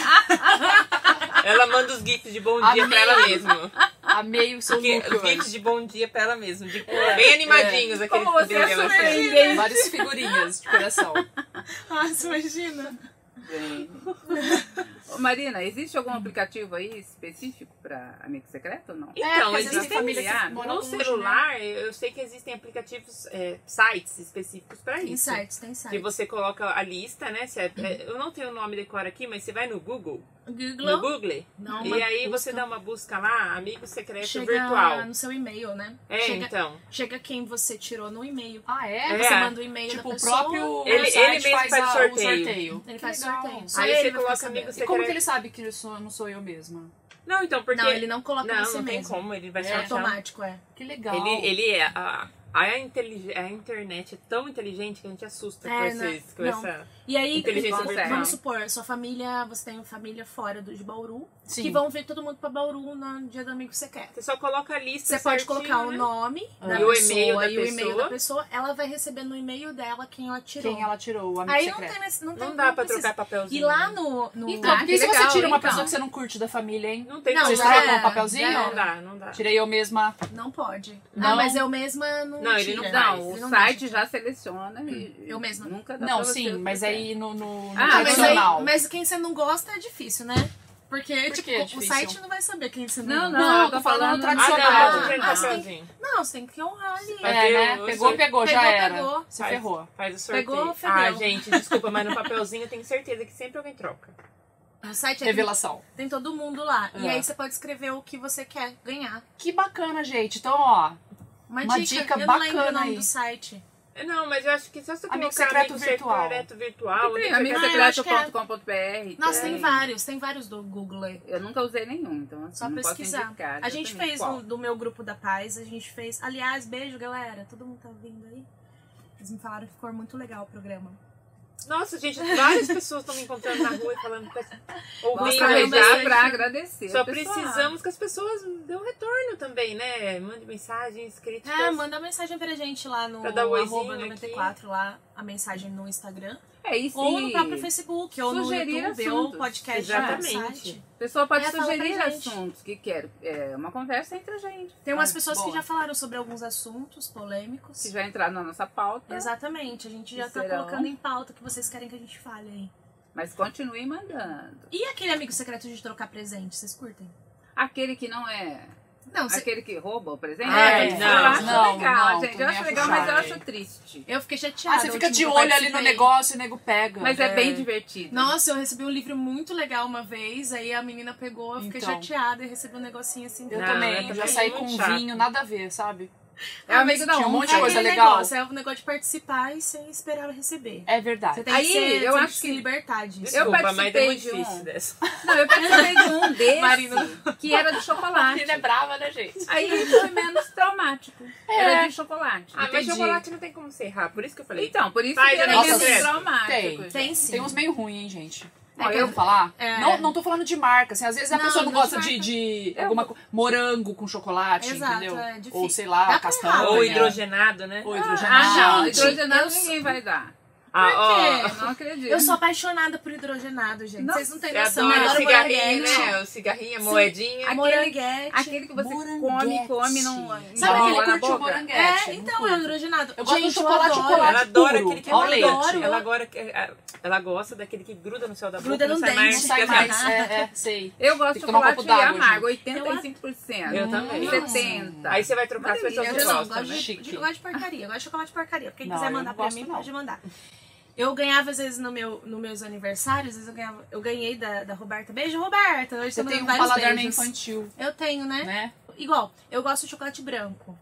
Speaker 3: Ela manda os gifs de bom dia pra
Speaker 5: Amei.
Speaker 3: ela mesma.
Speaker 5: Amei o seu
Speaker 3: Que-
Speaker 5: look
Speaker 3: os gifs
Speaker 5: hoje.
Speaker 3: de bom dia pra ela mesma. De- bem animadinhos aqueles
Speaker 1: Como você
Speaker 3: que ela
Speaker 1: é
Speaker 3: faz.
Speaker 5: assim?
Speaker 1: surpreendente.
Speaker 5: Várias figurinhas de coração.
Speaker 2: Nossa, imagina.
Speaker 1: Ô, Marina, existe algum aplicativo aí específico pra amigo secreto ou não?
Speaker 3: Então,
Speaker 5: É, porque às vezes tem
Speaker 3: existem
Speaker 5: família
Speaker 1: que
Speaker 5: mora
Speaker 3: no
Speaker 5: longe, né?
Speaker 3: celular, eu sei que existem aplicativos, é, sites específicos pra
Speaker 2: Tem
Speaker 3: isso.
Speaker 2: sites, tem
Speaker 3: Que
Speaker 2: sites.
Speaker 3: você coloca a lista, né? se é- é, eu não tenho o nome de cor aqui, mas você vai no Google, no
Speaker 2: Google.
Speaker 3: Google,
Speaker 2: Não,
Speaker 3: e
Speaker 2: uma
Speaker 3: aí você
Speaker 2: busca.
Speaker 3: dá uma busca lá, amigo secreto
Speaker 2: Chega
Speaker 3: é virtual.
Speaker 2: no seu e-mail, né?
Speaker 3: É,
Speaker 2: chega,
Speaker 3: então.
Speaker 2: chega quem você tirou no e-mail.
Speaker 5: Ah,
Speaker 3: É.
Speaker 5: é?
Speaker 2: Você manda o e-mail
Speaker 5: Tipo,
Speaker 2: da
Speaker 5: o
Speaker 2: pessoa.
Speaker 5: próprio
Speaker 3: Ele-
Speaker 5: site
Speaker 3: ele mesmo
Speaker 5: faz,
Speaker 3: faz
Speaker 5: a-
Speaker 3: sorteio.
Speaker 5: o sorteio.
Speaker 2: Ele
Speaker 5: Que
Speaker 2: faz
Speaker 5: legal.
Speaker 2: sorteio. Só
Speaker 3: Aí
Speaker 2: ele
Speaker 3: você
Speaker 2: vai
Speaker 3: coloca
Speaker 2: ficar sabendo.
Speaker 3: amigo
Speaker 5: E
Speaker 3: secreto.
Speaker 5: como como que
Speaker 3: ele...
Speaker 5: ele sabe que eu sou- não sou eu mesma?
Speaker 3: Não, então, porque...
Speaker 2: Não, ele não coloca
Speaker 3: não,
Speaker 2: em si
Speaker 3: não tem
Speaker 2: mesmo.
Speaker 3: como, tá. ele vai
Speaker 2: É
Speaker 3: se achar.
Speaker 2: automático, é.
Speaker 5: Que legal.
Speaker 3: Ele, ele é... A, a, intelig... a internet é tão inteligente que a gente assusta com,
Speaker 2: É,
Speaker 3: esses, com
Speaker 2: não.
Speaker 3: essa...
Speaker 2: E aí,
Speaker 3: Inteligência
Speaker 2: vamos,
Speaker 1: artificial.
Speaker 2: vamos supor, sua família, você tem família fora do, de Bauru,
Speaker 5: Sim.
Speaker 2: que vão ver todo mundo pra Bauru no dia do amigo secreto.
Speaker 3: Você só coloca a lista
Speaker 2: Você pode
Speaker 3: certinho,
Speaker 2: colocar o
Speaker 3: né?
Speaker 2: nome
Speaker 5: Ah.
Speaker 2: da
Speaker 5: E
Speaker 3: o
Speaker 2: pessoa
Speaker 3: e-mail da
Speaker 2: e o e-mail da
Speaker 3: pessoa.
Speaker 2: pessoa, ela vai receber no e-mail dela quem ela tirou.
Speaker 5: Quem ela tirou, o amigo
Speaker 2: Aí não
Speaker 5: secreto.
Speaker 2: tem, nesse- não tem
Speaker 3: Não dá pra
Speaker 2: precisa.
Speaker 3: trocar papelzinho. né?
Speaker 2: E lá no. no-
Speaker 5: Então,
Speaker 1: Ah,
Speaker 5: porque
Speaker 1: que
Speaker 5: se
Speaker 1: legal,
Speaker 5: você tira uma
Speaker 1: então.
Speaker 5: pessoa que você não curte da família, hein?
Speaker 3: Não tem
Speaker 2: Não,
Speaker 3: como.
Speaker 5: Vocês
Speaker 2: já
Speaker 5: trocam
Speaker 2: era,
Speaker 5: um papelzinho?
Speaker 2: já
Speaker 3: Não
Speaker 2: era.
Speaker 3: dá, não dá.
Speaker 5: Tirei eu mesma.
Speaker 2: Não pode. Ah,
Speaker 5: Não.
Speaker 2: mas eu mesma não.
Speaker 3: Não, ele não
Speaker 2: tira.
Speaker 3: dá,
Speaker 1: Não,
Speaker 2: Ele
Speaker 1: o
Speaker 2: não
Speaker 1: site já seleciona e.
Speaker 2: Eu mesma.
Speaker 1: Nunca dá pra
Speaker 5: Não,
Speaker 1: você
Speaker 5: sim,
Speaker 1: o que
Speaker 5: mas
Speaker 1: você
Speaker 5: aí no, no, no
Speaker 1: Ah,
Speaker 3: tá
Speaker 2: Ah, mas, aí-
Speaker 5: tradicional.
Speaker 2: mas quem você não gosta é difícil, né? Porque,
Speaker 5: Por que
Speaker 2: tipo,
Speaker 5: é
Speaker 2: o
Speaker 5: difícil?
Speaker 2: site não vai saber quem você
Speaker 1: Não,
Speaker 2: não,
Speaker 1: não,
Speaker 2: gosta.
Speaker 5: Não,
Speaker 1: eu tô
Speaker 5: tô falando
Speaker 1: falando
Speaker 3: Ah,
Speaker 5: tradicional.
Speaker 3: não, você
Speaker 2: Ah,
Speaker 3: tira um
Speaker 2: ah, sim.
Speaker 3: papelzinho.
Speaker 2: Não, você tem que honrar ali.
Speaker 3: Vai
Speaker 5: É,
Speaker 3: ter
Speaker 5: né?
Speaker 3: o-
Speaker 5: Pegou,
Speaker 3: o-
Speaker 5: pegou, já
Speaker 2: Pegou,
Speaker 5: era.
Speaker 2: pegou.
Speaker 5: Se
Speaker 3: Faz-
Speaker 5: ferrou.
Speaker 3: Faz o sorteio.
Speaker 2: Pegou, fedeu.
Speaker 3: ah, gente, desculpa, mas no papelzinho eu tenho certeza que sempre alguém troca.
Speaker 2: O site é
Speaker 5: Revelação.
Speaker 2: Tem todo mundo lá. E
Speaker 5: É.
Speaker 2: aí você pode escrever o que você quer ganhar.
Speaker 5: Que bacana, gente. Então, ó,
Speaker 2: Uma,
Speaker 5: Uma
Speaker 2: dica,
Speaker 5: dica
Speaker 2: eu não
Speaker 5: bacana
Speaker 2: lembro o nome
Speaker 5: aí.
Speaker 2: do site.
Speaker 3: É, Não, mas eu acho que só se você
Speaker 5: Amigo
Speaker 3: colocar
Speaker 5: secreto
Speaker 3: amigo
Speaker 5: virtual.
Speaker 3: secreto virtual,
Speaker 1: Tem
Speaker 3: amigo
Speaker 2: Ah,
Speaker 3: secreto-
Speaker 1: amigosecreto.com.br.
Speaker 2: é. Nossa,
Speaker 1: tem.
Speaker 2: tem vários, tem vários do Google aí.
Speaker 1: Eu é, nunca usei nenhum, então assim,
Speaker 2: Só
Speaker 1: não
Speaker 2: pesquisar.
Speaker 1: posso indicar.
Speaker 2: A gente
Speaker 1: exatamente
Speaker 2: fez
Speaker 1: qual.
Speaker 2: no, do meu grupo da paz, a gente fez. Aliás, beijo, galera. Todo mundo tá ouvindo aí? Eles me falaram que ficou muito legal o programa.
Speaker 3: Nossa, gente, várias pessoas estão me encontrando na rua e falando com
Speaker 1: Vamos
Speaker 3: ouvindo
Speaker 2: também
Speaker 1: aproveitar
Speaker 2: bastante.
Speaker 1: pra agradecer.
Speaker 3: Só
Speaker 1: o pessoal.
Speaker 3: precisamos que as pessoas dêem um retorno também, né? Mande mensagens, críticas.
Speaker 2: É, manda mensagem pra gente lá no
Speaker 3: Pra dar um oizinho
Speaker 2: arroba 94 lá, a mensagem no Instagram.
Speaker 1: É isso.
Speaker 2: Ou no próprio Facebook, ou no
Speaker 1: Sugerir
Speaker 2: YouTube, ou
Speaker 1: assuntos.
Speaker 2: podcast né,
Speaker 3: Exatamente.
Speaker 2: no site.
Speaker 1: A pessoa pode
Speaker 2: É, fala pra
Speaker 1: sugerir
Speaker 2: gente.
Speaker 1: assuntos que quer. É uma conversa entre a gente.
Speaker 2: Tem umas
Speaker 5: Ah,
Speaker 2: pessoas que
Speaker 5: boa.
Speaker 2: já falaram sobre alguns assuntos polêmicos.
Speaker 1: Se já entrar na nossa pauta,
Speaker 2: Exatamente, a gente já
Speaker 1: Que
Speaker 2: tá
Speaker 1: serão?
Speaker 2: colocando em pauta o que vocês querem que a gente fale aí.
Speaker 1: mas continue mandando.
Speaker 2: E aquele amigo secreto de trocar presente, vocês curtem?
Speaker 1: Aquele que não é.
Speaker 2: Não, cê-
Speaker 1: Aquele que rouba o presente.
Speaker 3: Ai,
Speaker 1: eu
Speaker 3: não,
Speaker 1: acho
Speaker 5: não,
Speaker 1: legal,
Speaker 5: não,
Speaker 1: gente. Eu
Speaker 5: também
Speaker 1: acho
Speaker 5: acho
Speaker 1: legal, mas eu
Speaker 3: chato.
Speaker 1: acho triste.
Speaker 2: eu fiquei
Speaker 5: ah,
Speaker 2: chateada.
Speaker 5: você
Speaker 2: o
Speaker 5: fica
Speaker 2: último
Speaker 5: de
Speaker 2: que eu
Speaker 5: olho ali no
Speaker 2: participei.
Speaker 5: negócio e o nego pega.
Speaker 1: Mas é bem divertido.
Speaker 2: Nossa, eu recebi um livro muito legal uma vez, aí a menina pegou, eu fiquei
Speaker 5: Então.
Speaker 2: chateada e recebi um negocinho assim.
Speaker 5: Eu
Speaker 3: Não, eu
Speaker 5: também,
Speaker 3: também
Speaker 5: já saí com
Speaker 3: muito
Speaker 5: um
Speaker 3: chato.
Speaker 5: vinho, nada a ver, sabe?
Speaker 1: É amigo da
Speaker 5: tinha um
Speaker 1: onça.
Speaker 5: monte de coisa
Speaker 2: aquele
Speaker 5: legal.
Speaker 2: negócio, é o negócio de participar e sem esperar receber.
Speaker 5: É verdade.
Speaker 2: Você tem
Speaker 1: Aí,
Speaker 2: que ser,
Speaker 1: eu
Speaker 2: tem
Speaker 1: acho
Speaker 2: que se
Speaker 1: que-
Speaker 2: libertar disso.
Speaker 1: Eu
Speaker 3: Desculpa, mas é
Speaker 1: participei
Speaker 3: muito
Speaker 1: de um.
Speaker 3: difícil dessa.
Speaker 1: Não, eu participei de um desse
Speaker 5: Marina.
Speaker 1: que era de chocolate.
Speaker 5: é brava, né, gente?
Speaker 1: Aí foi menos traumático. Era de chocolate.
Speaker 3: Ah, mas
Speaker 5: Entendi.
Speaker 3: chocolate não tem como ser errado, por isso que eu falei.
Speaker 1: Então, por isso
Speaker 3: Faz
Speaker 1: que era
Speaker 3: o
Speaker 1: menos
Speaker 5: negócio certo.
Speaker 1: traumático.
Speaker 5: Tem,
Speaker 2: Tem sim.
Speaker 5: Tem uns meio ruins, hein, gente?
Speaker 1: Ó,
Speaker 5: Não,
Speaker 1: eu-
Speaker 5: eu falar?
Speaker 2: é.
Speaker 5: Não, não tô falando de marca, assim, às vezes a
Speaker 2: Não,
Speaker 5: pessoa não
Speaker 2: não de
Speaker 5: gosta de,
Speaker 2: marca.
Speaker 5: de
Speaker 1: Eu-
Speaker 5: alguma coisa. Morango com chocolate,
Speaker 2: Exato,
Speaker 5: entendeu?
Speaker 2: é difícil.
Speaker 5: Ou sei
Speaker 2: Dá
Speaker 5: lá,
Speaker 2: pra errar.
Speaker 5: castanha.
Speaker 3: Então, Ou hidrogenado, né?
Speaker 5: Ou
Speaker 1: Ah,
Speaker 5: hidrogenado.
Speaker 1: não,
Speaker 2: gente,
Speaker 1: hidrogenado
Speaker 2: eu sou-
Speaker 1: ninguém vai dar.
Speaker 3: Ah,
Speaker 2: Por
Speaker 3: ó.
Speaker 2: quê?
Speaker 1: Não acredito.
Speaker 2: Eu sou apaixonada por hidrogenado, gente.
Speaker 1: Nossa,
Speaker 2: Vocês não têm
Speaker 3: Eu
Speaker 2: noção.
Speaker 3: adoro
Speaker 2: eu
Speaker 3: o
Speaker 2: adoro
Speaker 3: cigarrinho,
Speaker 2: moranguete.
Speaker 3: né? O cigarrinho, a
Speaker 2: Sim.
Speaker 3: moedinha.
Speaker 2: A moranguete.
Speaker 1: Aquele que você come,
Speaker 5: Moranguete.
Speaker 1: come, não.
Speaker 5: Sabe
Speaker 1: não
Speaker 5: aquele
Speaker 1: rola na
Speaker 5: curte o
Speaker 1: boca?
Speaker 5: moranguete?
Speaker 2: É,
Speaker 5: não
Speaker 2: então,
Speaker 5: curte.
Speaker 2: é hidrogenado.
Speaker 5: Eu gosto
Speaker 2: gente,
Speaker 5: de chocolate,
Speaker 2: eu adoro.
Speaker 5: chocolate.
Speaker 3: Ela adora
Speaker 5: puro.
Speaker 3: aquele que
Speaker 5: Ao
Speaker 3: é
Speaker 2: leite.
Speaker 3: Ela, agora, é, ela gosta daquele que gruda no céu da boca.
Speaker 2: Gruda
Speaker 3: não
Speaker 2: no
Speaker 3: sai
Speaker 2: dente,
Speaker 5: Não
Speaker 3: mais.
Speaker 5: sai
Speaker 3: fica
Speaker 5: mais.
Speaker 3: assim.
Speaker 5: É, é, sei.
Speaker 1: Eu gosto
Speaker 5: Tem
Speaker 1: de
Speaker 5: que tomar um
Speaker 1: chocolate
Speaker 5: copo d'água,
Speaker 1: amargo,
Speaker 3: Eu
Speaker 1: 85%.
Speaker 3: também.
Speaker 5: Hum.
Speaker 1: 70%.
Speaker 3: assim, Aí você vai trocar as
Speaker 1: Uma
Speaker 3: pessoas que
Speaker 2: Eu não,
Speaker 3: gostam,
Speaker 2: gosto
Speaker 3: né?
Speaker 2: de,
Speaker 5: Chique.
Speaker 2: de, eu gosto de porcaria. Eu gosto de chocolate de porcaria. Quem
Speaker 5: Não,
Speaker 2: quiser
Speaker 5: eu
Speaker 2: mandar
Speaker 5: não
Speaker 2: pra
Speaker 5: gosto,
Speaker 2: mim,
Speaker 5: não.
Speaker 2: pode mandar. Eu ganhava, às vezes, no meu, nos meus aniversários, às vezes eu, ganhava, eu ganhei da, da Roberta. Beijo, Roberta! Hoje
Speaker 5: Você
Speaker 2: tô
Speaker 5: tem um
Speaker 2: mandando vários
Speaker 5: paladar meio
Speaker 2: beijos.
Speaker 5: infantil,
Speaker 2: Eu tenho, né?
Speaker 5: né?
Speaker 2: Igual, eu gosto de chocolate branco.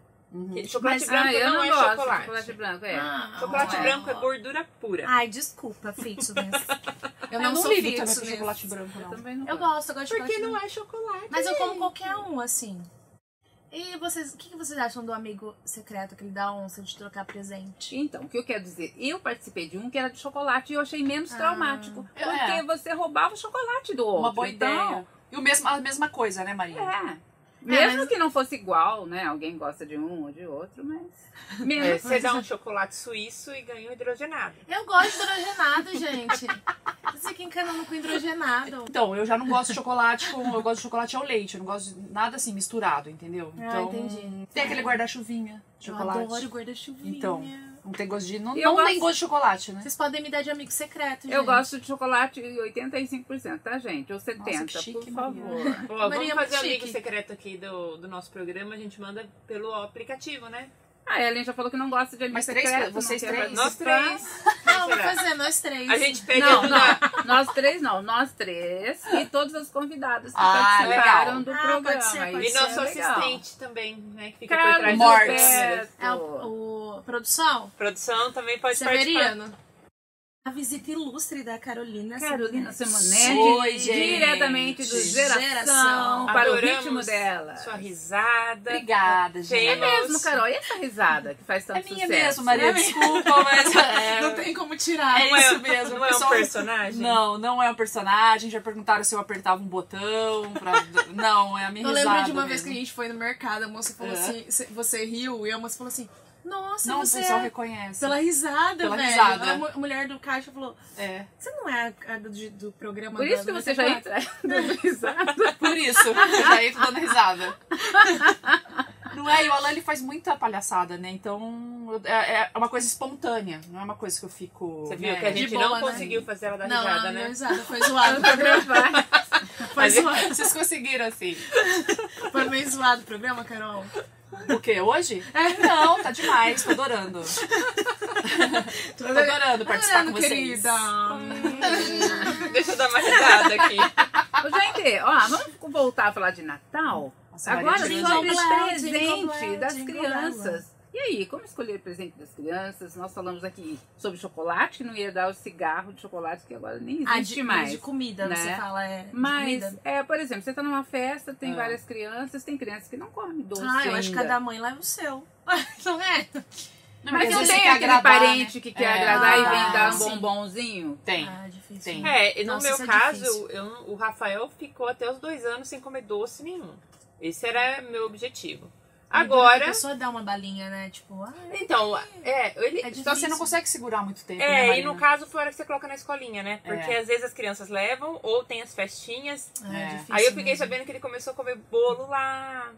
Speaker 3: Aquele Chocolate
Speaker 2: Mas-
Speaker 3: branco
Speaker 1: Ah, eu
Speaker 3: não,
Speaker 1: não,
Speaker 3: é
Speaker 1: gosto.
Speaker 3: chocolate.
Speaker 1: Chocolate branco, é.
Speaker 2: Ah,
Speaker 3: Chocolate
Speaker 1: não é.
Speaker 3: branco é gordura pura.
Speaker 2: Ai, desculpa, fitness. Eu não
Speaker 5: eu não
Speaker 2: sou
Speaker 5: ligo também
Speaker 2: fitness.
Speaker 5: pro chocolate branco, não.
Speaker 1: Também não
Speaker 2: Eu
Speaker 1: gosto.
Speaker 2: gosto, eu gosto de
Speaker 3: Porque
Speaker 2: chocolate branco.
Speaker 3: não é chocolate.
Speaker 2: Mas eu como qualquer um, assim. E vocês, o que, que vocês acham do amigo secreto que ele dá um onça de trocar presente?
Speaker 1: Então, o que eu quero dizer? Eu participei de um que era de chocolate e eu achei menos traumático. Porque
Speaker 5: Ah. É.
Speaker 1: você roubava o chocolate do outro.
Speaker 5: Uma boa
Speaker 1: então,
Speaker 5: ideia. E o mesmo, a mesma coisa, né, Maria?
Speaker 1: É. Mesmo
Speaker 2: mas-
Speaker 1: que não fosse igual, né? Alguém gosta de um ou de outro, mas.
Speaker 3: É,
Speaker 1: Menos.
Speaker 3: você dá um chocolate suíço e ganha um hidrogenado.
Speaker 2: Eu gosto de hidrogenado, gente. Vocês ficam encanando com hidrogenado.
Speaker 5: Então, eu já não gosto de chocolate com. Eu gosto de chocolate ao leite. Eu não gosto de nada assim misturado, entendeu?
Speaker 2: Ah,
Speaker 5: Então,
Speaker 2: entendi.
Speaker 5: Tem aquele guarda-chuvinha de chocolate.
Speaker 2: Eu adoro guarda-chuvinha.
Speaker 5: Então. Não tem gosto de. Não,
Speaker 1: Eu
Speaker 5: não tem
Speaker 1: gosto-
Speaker 5: gosto de chocolate, né?
Speaker 2: Vocês podem me dar de amigo secreto, gente.
Speaker 1: Eu gosto de chocolate 85%, tá, gente? Ou 70%,
Speaker 5: que
Speaker 1: por
Speaker 5: chique, Maria.
Speaker 1: favor.
Speaker 3: Ó,
Speaker 2: Maria,
Speaker 3: vamos fazer o
Speaker 2: chique.
Speaker 3: amigo secreto aqui do, do nosso programa. A gente manda pelo aplicativo, né?
Speaker 1: Ah, A Ellen já falou que não gosta de amigo
Speaker 5: Mas três-
Speaker 1: secreto.
Speaker 5: vocês
Speaker 1: não quer
Speaker 5: três?
Speaker 3: Nós
Speaker 1: participar.
Speaker 3: três.
Speaker 2: Não, vou
Speaker 3: Será?
Speaker 2: fazer, nós três.
Speaker 3: A gente pede
Speaker 1: Não,
Speaker 3: ajuda.
Speaker 1: não. Nós três não. Nós três e todas as convidadas que
Speaker 5: Ah,
Speaker 1: participaram
Speaker 5: legal.
Speaker 1: do
Speaker 2: Ah, pode
Speaker 1: programa.
Speaker 2: ser, pode
Speaker 3: E
Speaker 1: Isso
Speaker 2: ser,
Speaker 3: nosso
Speaker 1: é legal.
Speaker 3: assistente também, né? Que fica por
Speaker 1: Carlos
Speaker 3: trás
Speaker 5: Morte.
Speaker 3: das câmeras.
Speaker 2: É
Speaker 1: Alberto.
Speaker 2: o, o- Produção?
Speaker 3: Produção também pode participar.
Speaker 2: Severiano. A visita ilustre da Carolina.
Speaker 1: Carolina
Speaker 5: Oi,
Speaker 1: Simonetti,
Speaker 5: gente.
Speaker 1: diretamente do Geração,
Speaker 2: Geração.
Speaker 1: para o
Speaker 3: Adoramos
Speaker 1: ritmo dela.
Speaker 3: Sua risada.
Speaker 5: Obrigada,
Speaker 1: É
Speaker 3: Tem-
Speaker 5: gente.
Speaker 1: mesmo, Carol, e essa risada que faz tanto
Speaker 5: É minha
Speaker 1: sucesso?
Speaker 5: mesmo, Maria,
Speaker 2: É minha.
Speaker 5: desculpa, mas
Speaker 3: É.
Speaker 5: não tem como tirar.
Speaker 3: Não
Speaker 5: É isso mesmo.
Speaker 3: Não é um
Speaker 5: pessoal-
Speaker 3: personagem?
Speaker 5: Não, não é um personagem. Já perguntaram se eu apertava um botão. pra- Não, é a minha
Speaker 2: Eu
Speaker 5: risada
Speaker 2: lembro de uma vez que a
Speaker 5: mesmo.
Speaker 2: gente foi no mercado, a moça falou
Speaker 5: É.
Speaker 2: assim, "Cê- você riu, e a moça falou assim, nossa,
Speaker 5: Não, o
Speaker 2: você
Speaker 5: pessoal
Speaker 2: é...
Speaker 5: reconhece.
Speaker 2: Pela risada,
Speaker 5: Pela
Speaker 2: velho.
Speaker 5: risada.
Speaker 2: A mu- A mulher do caixa falou,
Speaker 5: É,
Speaker 2: você não é a, a do, de- do programa né?
Speaker 1: Por
Speaker 2: da-
Speaker 1: isso que
Speaker 2: da
Speaker 1: você já
Speaker 2: 94?"
Speaker 1: entra dando risada.
Speaker 5: por isso. Eu já entro dando risada. Não é, e o Alan ele faz muita palhaçada, né? Então eu- é, é uma coisa espontânea, não é uma coisa que eu fico.
Speaker 3: Você viu
Speaker 5: né?
Speaker 3: que a
Speaker 2: de
Speaker 3: gente
Speaker 2: boa,
Speaker 3: não
Speaker 2: né?
Speaker 3: conseguiu fazer ela dar
Speaker 2: Não, ela
Speaker 3: risada,
Speaker 2: não deu
Speaker 3: né?
Speaker 2: risada, foi zoado.
Speaker 1: pra gravar.
Speaker 2: Foi
Speaker 5: é
Speaker 2: zoado.
Speaker 5: Vocês conseguiram assim.
Speaker 2: Foi meio zoado o programa, Carol.
Speaker 5: O quê? Hoje? Não, tá demais, tô adorando. tô adorando participar
Speaker 2: Adorando,
Speaker 5: com vocês.
Speaker 2: é, querida.
Speaker 3: Hum. Deixa eu dar uma risada aqui.
Speaker 1: Ô, Gente, ó, vamos voltar a falar de Natal?
Speaker 5: Nossa,
Speaker 1: Agora
Speaker 5: Maria de
Speaker 2: Jingle
Speaker 1: sobre
Speaker 5: Lourdes.
Speaker 2: Bell, Jingle
Speaker 1: presente
Speaker 2: Bell,
Speaker 1: das
Speaker 2: Jingle
Speaker 1: crianças. E aí, como escolher presente das crianças? Nós falamos aqui sobre chocolate, que não ia dar o cigarro de chocolate, que agora nem
Speaker 2: Ah,
Speaker 1: existe
Speaker 2: de,
Speaker 1: mais.
Speaker 2: de comida,
Speaker 1: né?
Speaker 2: você fala, é. de
Speaker 1: Mas,
Speaker 2: comida?
Speaker 1: é, por exemplo, você tá numa festa, tem
Speaker 5: Ah.
Speaker 1: várias crianças, tem crianças que não comem doce
Speaker 2: Ah, eu acho que
Speaker 1: ainda.
Speaker 2: cada mãe leva o seu. Não é?
Speaker 5: Não,
Speaker 1: Mas
Speaker 5: mas
Speaker 1: não
Speaker 5: você
Speaker 1: tem
Speaker 5: quer
Speaker 1: aquele
Speaker 5: agradar,
Speaker 1: parente que quer
Speaker 5: É,
Speaker 1: agradar e
Speaker 2: né? ah,
Speaker 1: vem dar um
Speaker 2: sim.
Speaker 1: bombonzinho?
Speaker 5: Tem.
Speaker 2: Ah, difícil.
Speaker 5: Tem.
Speaker 3: É, e no
Speaker 2: Nossa,
Speaker 3: meu
Speaker 2: isso é
Speaker 3: caso,
Speaker 2: difícil.
Speaker 3: eu não- o Rafael ficou até os dois anos sem comer doce nenhum. Esse era meu objetivo.
Speaker 2: A
Speaker 3: Agora,
Speaker 2: pessoa dá uma balinha, né? Tipo, ah,
Speaker 3: então, é, ele.
Speaker 2: É
Speaker 5: Então você
Speaker 2: difícil.
Speaker 5: não consegue segurar muito tempo. né,
Speaker 3: É, e
Speaker 5: Marina?
Speaker 3: no caso foi a hora que você coloca na escolinha, né?
Speaker 5: É.
Speaker 3: Porque às vezes as crianas levam, ou tem as festinhas.
Speaker 2: ah,
Speaker 5: É.
Speaker 2: é difícil.
Speaker 3: Aí eu fiquei
Speaker 2: mesmo.
Speaker 3: sabendo que ele começou a comer bolo lá.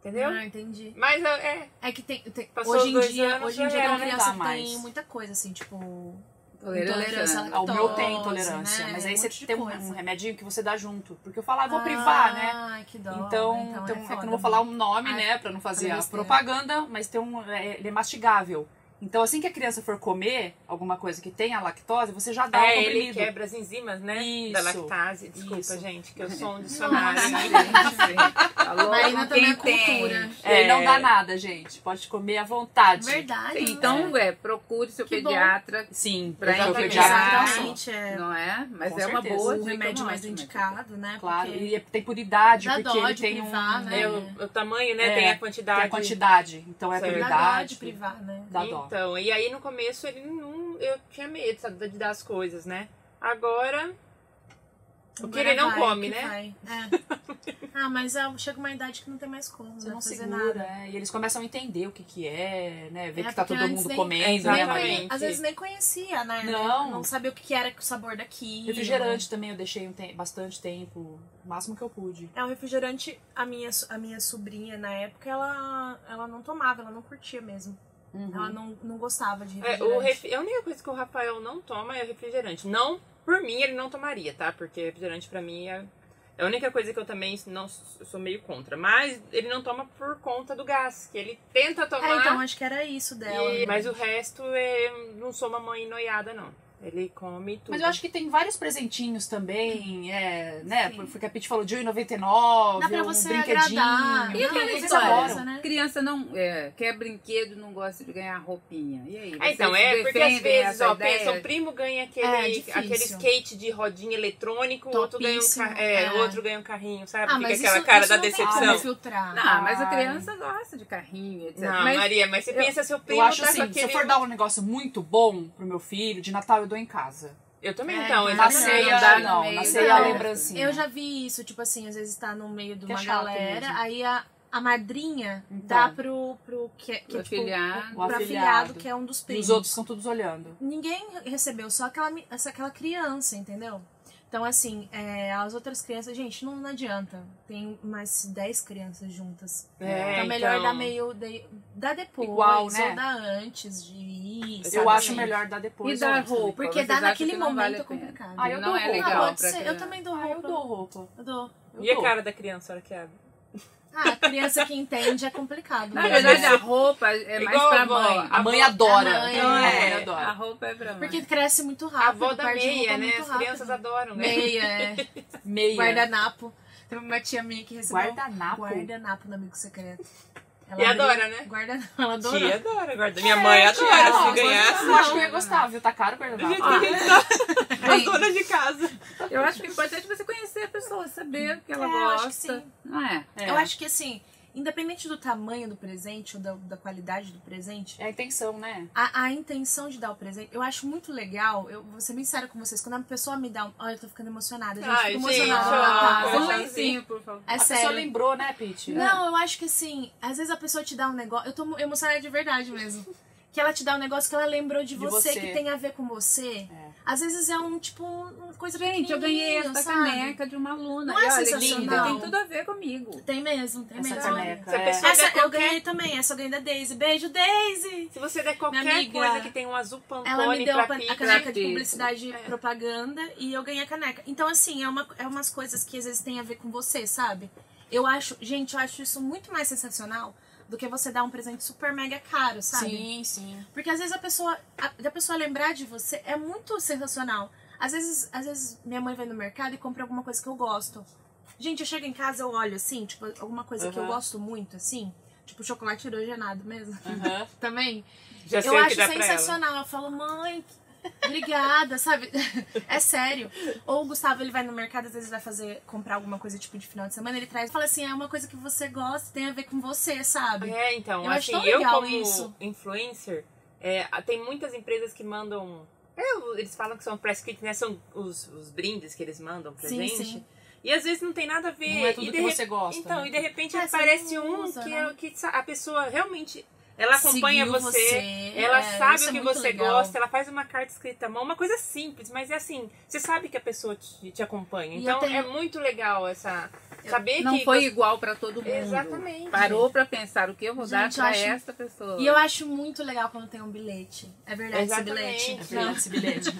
Speaker 3: Entendeu?
Speaker 2: Ah, entendi.
Speaker 3: Mas eu- é.
Speaker 2: É que tem. tem-
Speaker 3: Passou
Speaker 2: hoje em
Speaker 3: dois
Speaker 2: dia,
Speaker 3: anos,
Speaker 2: hoje em
Speaker 3: já
Speaker 2: dia
Speaker 3: era,
Speaker 2: tem
Speaker 5: não
Speaker 2: criança
Speaker 5: dá
Speaker 2: que
Speaker 5: mais.
Speaker 2: tem muita coisa, assim, tipo.
Speaker 1: Tolerância.
Speaker 2: Intolerância à
Speaker 1: né?
Speaker 5: Ah, o meu
Speaker 2: lactose,
Speaker 5: tem intolerância,
Speaker 2: né?
Speaker 5: mas aí
Speaker 2: Um
Speaker 5: você
Speaker 2: monte de
Speaker 5: tem um,
Speaker 2: coisa. Ah.
Speaker 5: um remedinho que você dá junto. Porque eu falar, eu vou privar, né?
Speaker 2: Ai, que dó.
Speaker 5: Então,
Speaker 2: é
Speaker 5: então, é que eu
Speaker 2: foda,
Speaker 5: não vou falar
Speaker 2: né?
Speaker 5: o nome,
Speaker 2: Ai,
Speaker 5: né, pra não fazer a
Speaker 2: besteira.
Speaker 5: propaganda, mas tem um, é, ele é mastigável. Então, assim que a criança for comer alguma coisa que tenha lactose, você já dá o
Speaker 3: é ele
Speaker 5: comprimido.
Speaker 3: quebra as enzimas, né?
Speaker 5: Isso.
Speaker 3: Da lactase. Desculpa,
Speaker 5: Isso.
Speaker 3: gente, que eu sou um dicionário.
Speaker 2: Nossa,
Speaker 1: Falou
Speaker 2: Marina
Speaker 1: com
Speaker 2: também
Speaker 1: Tá quem
Speaker 2: é cultura.
Speaker 1: tem.
Speaker 5: Ele não
Speaker 3: É.
Speaker 5: dá nada, gente. Pode comer à vontade.
Speaker 2: Verdade. né?
Speaker 1: Sim, Então, é, procure seu
Speaker 2: Que bom.
Speaker 1: pediatra,
Speaker 5: Sim, é
Speaker 1: Pra
Speaker 5: eu já fui
Speaker 1: encaminhar.
Speaker 5: pediatra,
Speaker 1: Exatamente.
Speaker 5: sim.
Speaker 2: Exatamente, é.
Speaker 1: não é? Mas
Speaker 5: Com
Speaker 1: é uma
Speaker 5: certeza.
Speaker 1: boa
Speaker 2: o
Speaker 1: dica,
Speaker 2: remédio
Speaker 1: uma
Speaker 2: mais
Speaker 1: ótima
Speaker 2: indicado, né?
Speaker 5: Claro,
Speaker 2: Porque-
Speaker 5: e é- tem por idade,
Speaker 2: Dá
Speaker 5: porque
Speaker 2: dó
Speaker 5: ele
Speaker 2: de
Speaker 5: tem,
Speaker 2: privar,
Speaker 5: um,
Speaker 2: né?
Speaker 5: tem
Speaker 3: É, o, o tamanho, né?
Speaker 5: É,
Speaker 3: Tem a quantidade.
Speaker 5: a quantidade. Então é
Speaker 3: Isso
Speaker 5: por
Speaker 3: é
Speaker 2: Dá
Speaker 5: idade.
Speaker 2: dó de privar, né?
Speaker 5: Dá dó.
Speaker 3: Então, e aí no começo ele não. Eu tinha medo, sabe, de dar as coisas, né? Agora. O que ele não
Speaker 2: vai,
Speaker 3: come,
Speaker 2: que
Speaker 3: né?
Speaker 2: vai. É. Ah, mas ah, chega uma idade que não tem mais como,
Speaker 5: Você
Speaker 2: né,
Speaker 5: não
Speaker 2: fazer
Speaker 5: segura,
Speaker 2: nada.
Speaker 5: é. E eles começam a entender o que que é, né? Ver
Speaker 2: É,
Speaker 5: que tá
Speaker 2: porque
Speaker 5: todo
Speaker 2: antes
Speaker 5: mundo
Speaker 2: nem-
Speaker 5: comendo,
Speaker 2: Nem
Speaker 5: né,
Speaker 3: Exatamente.
Speaker 5: Maria?
Speaker 2: conhe- Às vezes nem conhecia, né?
Speaker 5: Não.
Speaker 2: Não sabia o que que era o sabor daqui.
Speaker 5: Refrigerante também eu deixei um te- bastante tempo, o máximo que eu pude.
Speaker 2: É, o refrigerante, a minha, so- a minha sobrinha na época, ela, ela não tomava, ela não curtia mesmo. Ela não, não gostava de
Speaker 3: É,
Speaker 2: refrigerante.
Speaker 3: o ref- A única coisa que o Rafael não toma é refrigerante. Não, por mim, ele não tomaria, tá? Porque refrigerante pra mim é. é A única coisa que eu também não eu sou meio contra. Mas ele não toma por conta do gás, que ele tenta tomar.
Speaker 2: É, então acho que era isso dela.
Speaker 3: e-
Speaker 2: né?
Speaker 3: Mas o resto é... não sou uma mãe noiada, não. Ele come tudo.
Speaker 5: Mas eu acho que tem vários presentinhos também, é, né?
Speaker 2: Sim.
Speaker 5: Porque a Pete falou de 1,99,
Speaker 2: Dá pra
Speaker 5: um
Speaker 2: você
Speaker 5: brinquedinho.
Speaker 3: É
Speaker 2: agradar.
Speaker 1: E
Speaker 2: Não,
Speaker 1: aquela
Speaker 2: eles
Speaker 1: história?
Speaker 2: adoram, né?
Speaker 1: Criança não é, quer brinquedo, não gosta de ganhar roupinha. E aí?
Speaker 3: É,
Speaker 1: vocês
Speaker 3: então, é, porque às
Speaker 1: defendem
Speaker 3: vezes,
Speaker 1: essa
Speaker 3: ó,
Speaker 1: ideia?
Speaker 3: pensa, o primo ganha aquele,
Speaker 2: É, difícil.
Speaker 3: aquele skate de rodinha eletrônico, o outro ganha um,
Speaker 2: Topíssimo,
Speaker 3: ca- é,
Speaker 2: é.
Speaker 3: o outro ganha um carrinho, sabe?
Speaker 2: Ah,
Speaker 3: Fica
Speaker 2: mas
Speaker 3: aquela
Speaker 2: isso,
Speaker 3: cara
Speaker 2: isso
Speaker 3: da
Speaker 2: não tem
Speaker 3: decepção.
Speaker 2: como filtrar.
Speaker 1: Não, mas a
Speaker 5: Ai.
Speaker 1: criança gosta de carrinho, etc.
Speaker 3: Não,
Speaker 1: mas
Speaker 3: Maria, mas você
Speaker 1: eu-
Speaker 3: pensa seu primo
Speaker 5: Eu acho
Speaker 3: tá
Speaker 5: assim,
Speaker 3: com aquele...
Speaker 5: se eu for dar um negócio muito bom pro meu filho, de Natal eu dou em casa.
Speaker 3: Eu também,
Speaker 2: É,
Speaker 3: então,
Speaker 2: então,
Speaker 5: Na
Speaker 2: Não,
Speaker 3: exatamente.
Speaker 1: não dá
Speaker 5: ceia,
Speaker 1: no
Speaker 5: não.
Speaker 1: meio,
Speaker 5: Na ceia é a
Speaker 2: não.
Speaker 5: lembrancinha.
Speaker 2: Eu já vi isso, tipo assim, às vezes tá no meio de
Speaker 5: Que é
Speaker 2: uma
Speaker 5: chato
Speaker 2: galera,
Speaker 5: mesmo.
Speaker 2: aí a, a madrinha
Speaker 5: Então.
Speaker 2: dá pro, pro que, que
Speaker 1: Pro
Speaker 2: é, tipo,
Speaker 1: afilhado.
Speaker 2: o, pro
Speaker 5: O
Speaker 2: afilhado,
Speaker 5: afilhado,
Speaker 2: que é um dos
Speaker 5: E
Speaker 2: primos.
Speaker 5: os outros estão todos olhando.
Speaker 2: Ninguém recebeu, só aquela, mi- essa- aquela criança, entendeu? Então, assim, é, as outras crianças, gente, não, não adianta. Tem mais 10 crianças juntas.
Speaker 3: É,
Speaker 2: então, melhor
Speaker 3: então.
Speaker 2: dar meio. de- Dá depois,
Speaker 5: Igual,
Speaker 2: ou
Speaker 5: né?
Speaker 2: dá antes de ir.
Speaker 5: Eu
Speaker 2: sabe
Speaker 5: acho
Speaker 2: assim?
Speaker 5: melhor dar depois.
Speaker 1: E dar
Speaker 5: antes também.
Speaker 1: roupa.
Speaker 2: Porque
Speaker 1: Vocês
Speaker 2: dá
Speaker 1: acham
Speaker 2: naquele
Speaker 1: que não
Speaker 2: momento
Speaker 1: vale a pena?
Speaker 2: complicado.
Speaker 5: Ah, eu
Speaker 1: não
Speaker 5: dou
Speaker 1: é
Speaker 5: roupa.
Speaker 2: Ah,
Speaker 1: legal
Speaker 2: pode
Speaker 1: pra
Speaker 2: ser. Eu
Speaker 1: criança.
Speaker 2: também dou
Speaker 5: Ah, eu
Speaker 2: roupa.
Speaker 5: dou roupa.
Speaker 2: Eu dou.
Speaker 5: Eu
Speaker 3: E é a
Speaker 5: dou.
Speaker 3: cara da criança, a hora que é. abre?
Speaker 2: Ah, criança que entende é complicado.
Speaker 1: Na
Speaker 2: né?
Speaker 1: verdade, a roupa é mais
Speaker 3: Igual
Speaker 1: pra
Speaker 3: a vó,
Speaker 1: mãe.
Speaker 5: A mãe adora.
Speaker 2: A mãe,
Speaker 5: A mãe
Speaker 3: é.
Speaker 1: A
Speaker 5: adora.
Speaker 1: roupa é pra mãe.
Speaker 2: Porque cresce muito
Speaker 3: A
Speaker 2: rápido.
Speaker 3: avó da
Speaker 2: perde roupa
Speaker 3: meia, né?
Speaker 2: tá muito
Speaker 3: As
Speaker 2: rápido.
Speaker 3: crianças adoram, né?
Speaker 2: Meia, é.
Speaker 5: Meia.
Speaker 2: Guardanapo. Teve uma tia minha que recebeu
Speaker 5: Guardanapo?
Speaker 2: guardanapo no Amigo Secreto. Ela
Speaker 3: E
Speaker 2: abriu-
Speaker 3: adora, né?
Speaker 2: Guarda não, ela adora. É,
Speaker 3: Tia adora, guarda. Minha mãe adora.
Speaker 5: Não,
Speaker 3: Se
Speaker 5: mas
Speaker 3: ganhasse,
Speaker 5: Eu acho que eu ia gostar, viu? Tá caro o
Speaker 3: do jeito que
Speaker 5: guardanapo.
Speaker 3: a gente tá. As
Speaker 1: Bem,
Speaker 3: donas de casa.
Speaker 1: eu acho que é importante você conhecer a pessoa, saber o que ela
Speaker 2: É, eu acho que
Speaker 1: gosta.
Speaker 2: sim.
Speaker 1: Não é?
Speaker 5: É.
Speaker 2: Eu acho que assim, independente do tamanho do presente ou da, da qualidade do presente,
Speaker 5: É a intenção, né?
Speaker 2: a, a intenção de dar o presente, eu acho muito legal. Eu vou ser bem séria com vocês. Quando uma pessoa me dá um. Olha, eu tô ficando emocionada, gente.
Speaker 3: Ai,
Speaker 2: fico
Speaker 3: gente,
Speaker 2: emocionada.
Speaker 3: ó, assim,
Speaker 2: tá?
Speaker 1: Ah,
Speaker 3: eu
Speaker 1: um
Speaker 3: acho
Speaker 1: lencinho, por favor.
Speaker 2: É
Speaker 5: a pessoa
Speaker 2: sério.
Speaker 5: lembrou, né, Pete?
Speaker 2: Não, eu acho que assim, às vezes a pessoa te dá um negócio. Eu tô mo- emocionada de verdade mesmo. Que ela te dá um negócio que ela lembrou de,
Speaker 5: De
Speaker 2: você,
Speaker 5: você.
Speaker 2: que tem a ver com você.
Speaker 5: É.
Speaker 2: Às vezes é um tipo uma coisa
Speaker 1: Gente, eu ganhei
Speaker 2: pequenininha,
Speaker 1: essa
Speaker 2: sabe?
Speaker 1: caneca de uma aluna.
Speaker 2: Não é
Speaker 1: e olha,
Speaker 2: sensacional?
Speaker 1: linda, tem tudo a ver comigo.
Speaker 2: Tem mesmo, tem
Speaker 5: Essa
Speaker 2: mesmo.
Speaker 5: caneca.
Speaker 3: Se a
Speaker 5: é.
Speaker 3: pessoa
Speaker 2: Essa
Speaker 3: der
Speaker 2: eu
Speaker 3: qualquer
Speaker 2: ganhei também, essa eu ganhei da Daisy. Beijo, Daisy!
Speaker 3: Se você der qualquer
Speaker 2: Minha amiga,
Speaker 3: coisa que tem um azul pantone
Speaker 2: Ela me deu a,
Speaker 3: pra
Speaker 2: pan- a
Speaker 3: pizza,
Speaker 2: caneca de
Speaker 1: Pizza.
Speaker 2: publicidade e
Speaker 3: É.
Speaker 2: propaganda e eu ganhei a caneca. Então, assim, é, uma, é umas coisas que às vezes tem a ver com você, sabe? Eu acho, gente, eu acho isso muito mais sensacional do que você dar um presente super mega caro, sabe?
Speaker 5: Sim, sim.
Speaker 2: Porque às vezes a pessoa, a, da pessoa lembrar de você é muito sensacional. Às vezes, às vezes minha mãe vai no mercado e compra alguma coisa que eu gosto. Gente, eu chego em casa, eu olho assim, tipo, alguma coisa que eu
Speaker 3: Aham.
Speaker 2: gosto muito, assim, tipo chocolate hidrogenado mesmo.
Speaker 5: Aham.
Speaker 2: Também.
Speaker 3: já sei
Speaker 2: eu
Speaker 3: o
Speaker 2: acho
Speaker 3: que dá pra ela.
Speaker 2: sensacional. Eu falo, mãe, obrigada, sabe? É sério. Ou o Gustavo, ele vai no mercado, às vezes vai fazer, comprar alguma coisa tipo de final de semana, ele traz e fala assim, é uma coisa que você gosta, tem a ver com você, sabe?
Speaker 3: É, então,
Speaker 2: Eu acho
Speaker 3: assim,
Speaker 2: tão
Speaker 3: eu
Speaker 2: legal
Speaker 3: como
Speaker 2: isso.
Speaker 3: influencer, é, a- tem muitas empresas que mandam. é, Eles falam que são press kits, né? São os, os brindes que eles mandam presente.
Speaker 2: sim.
Speaker 3: E às vezes não tem nada a ver.
Speaker 5: Não é tudo
Speaker 3: e de
Speaker 5: que
Speaker 3: re-
Speaker 5: você gosta.
Speaker 3: Então,
Speaker 5: né?
Speaker 3: e de repente
Speaker 2: É, você
Speaker 3: aparece
Speaker 2: não
Speaker 3: um
Speaker 2: usa,
Speaker 3: que,
Speaker 2: né?
Speaker 3: é- que a pessoa realmente. Ela acompanha
Speaker 2: Seguiu
Speaker 3: Ela
Speaker 2: é,
Speaker 3: sabe
Speaker 2: isso
Speaker 3: o
Speaker 2: é
Speaker 3: que
Speaker 2: muito
Speaker 3: você
Speaker 2: legal.
Speaker 3: gosta, ela faz uma carta escrita à mão, uma coisa simples, mas é assim, você sabe que a pessoa te, te acompanha.
Speaker 2: E
Speaker 3: Então
Speaker 2: eu tenho-
Speaker 3: é muito legal essa. Saber
Speaker 1: Não
Speaker 3: que.
Speaker 1: foi igual pra todo mundo.
Speaker 3: Exatamente.
Speaker 1: Parou pra pensar o que eu vou dar
Speaker 2: Gente, eu
Speaker 1: pra
Speaker 2: acho-
Speaker 1: essa pessoa.
Speaker 2: E eu acho muito legal quando tem um bilhete. É verdade esse
Speaker 3: Exatamente.
Speaker 2: bilhete.
Speaker 5: Não, É esse bilhete.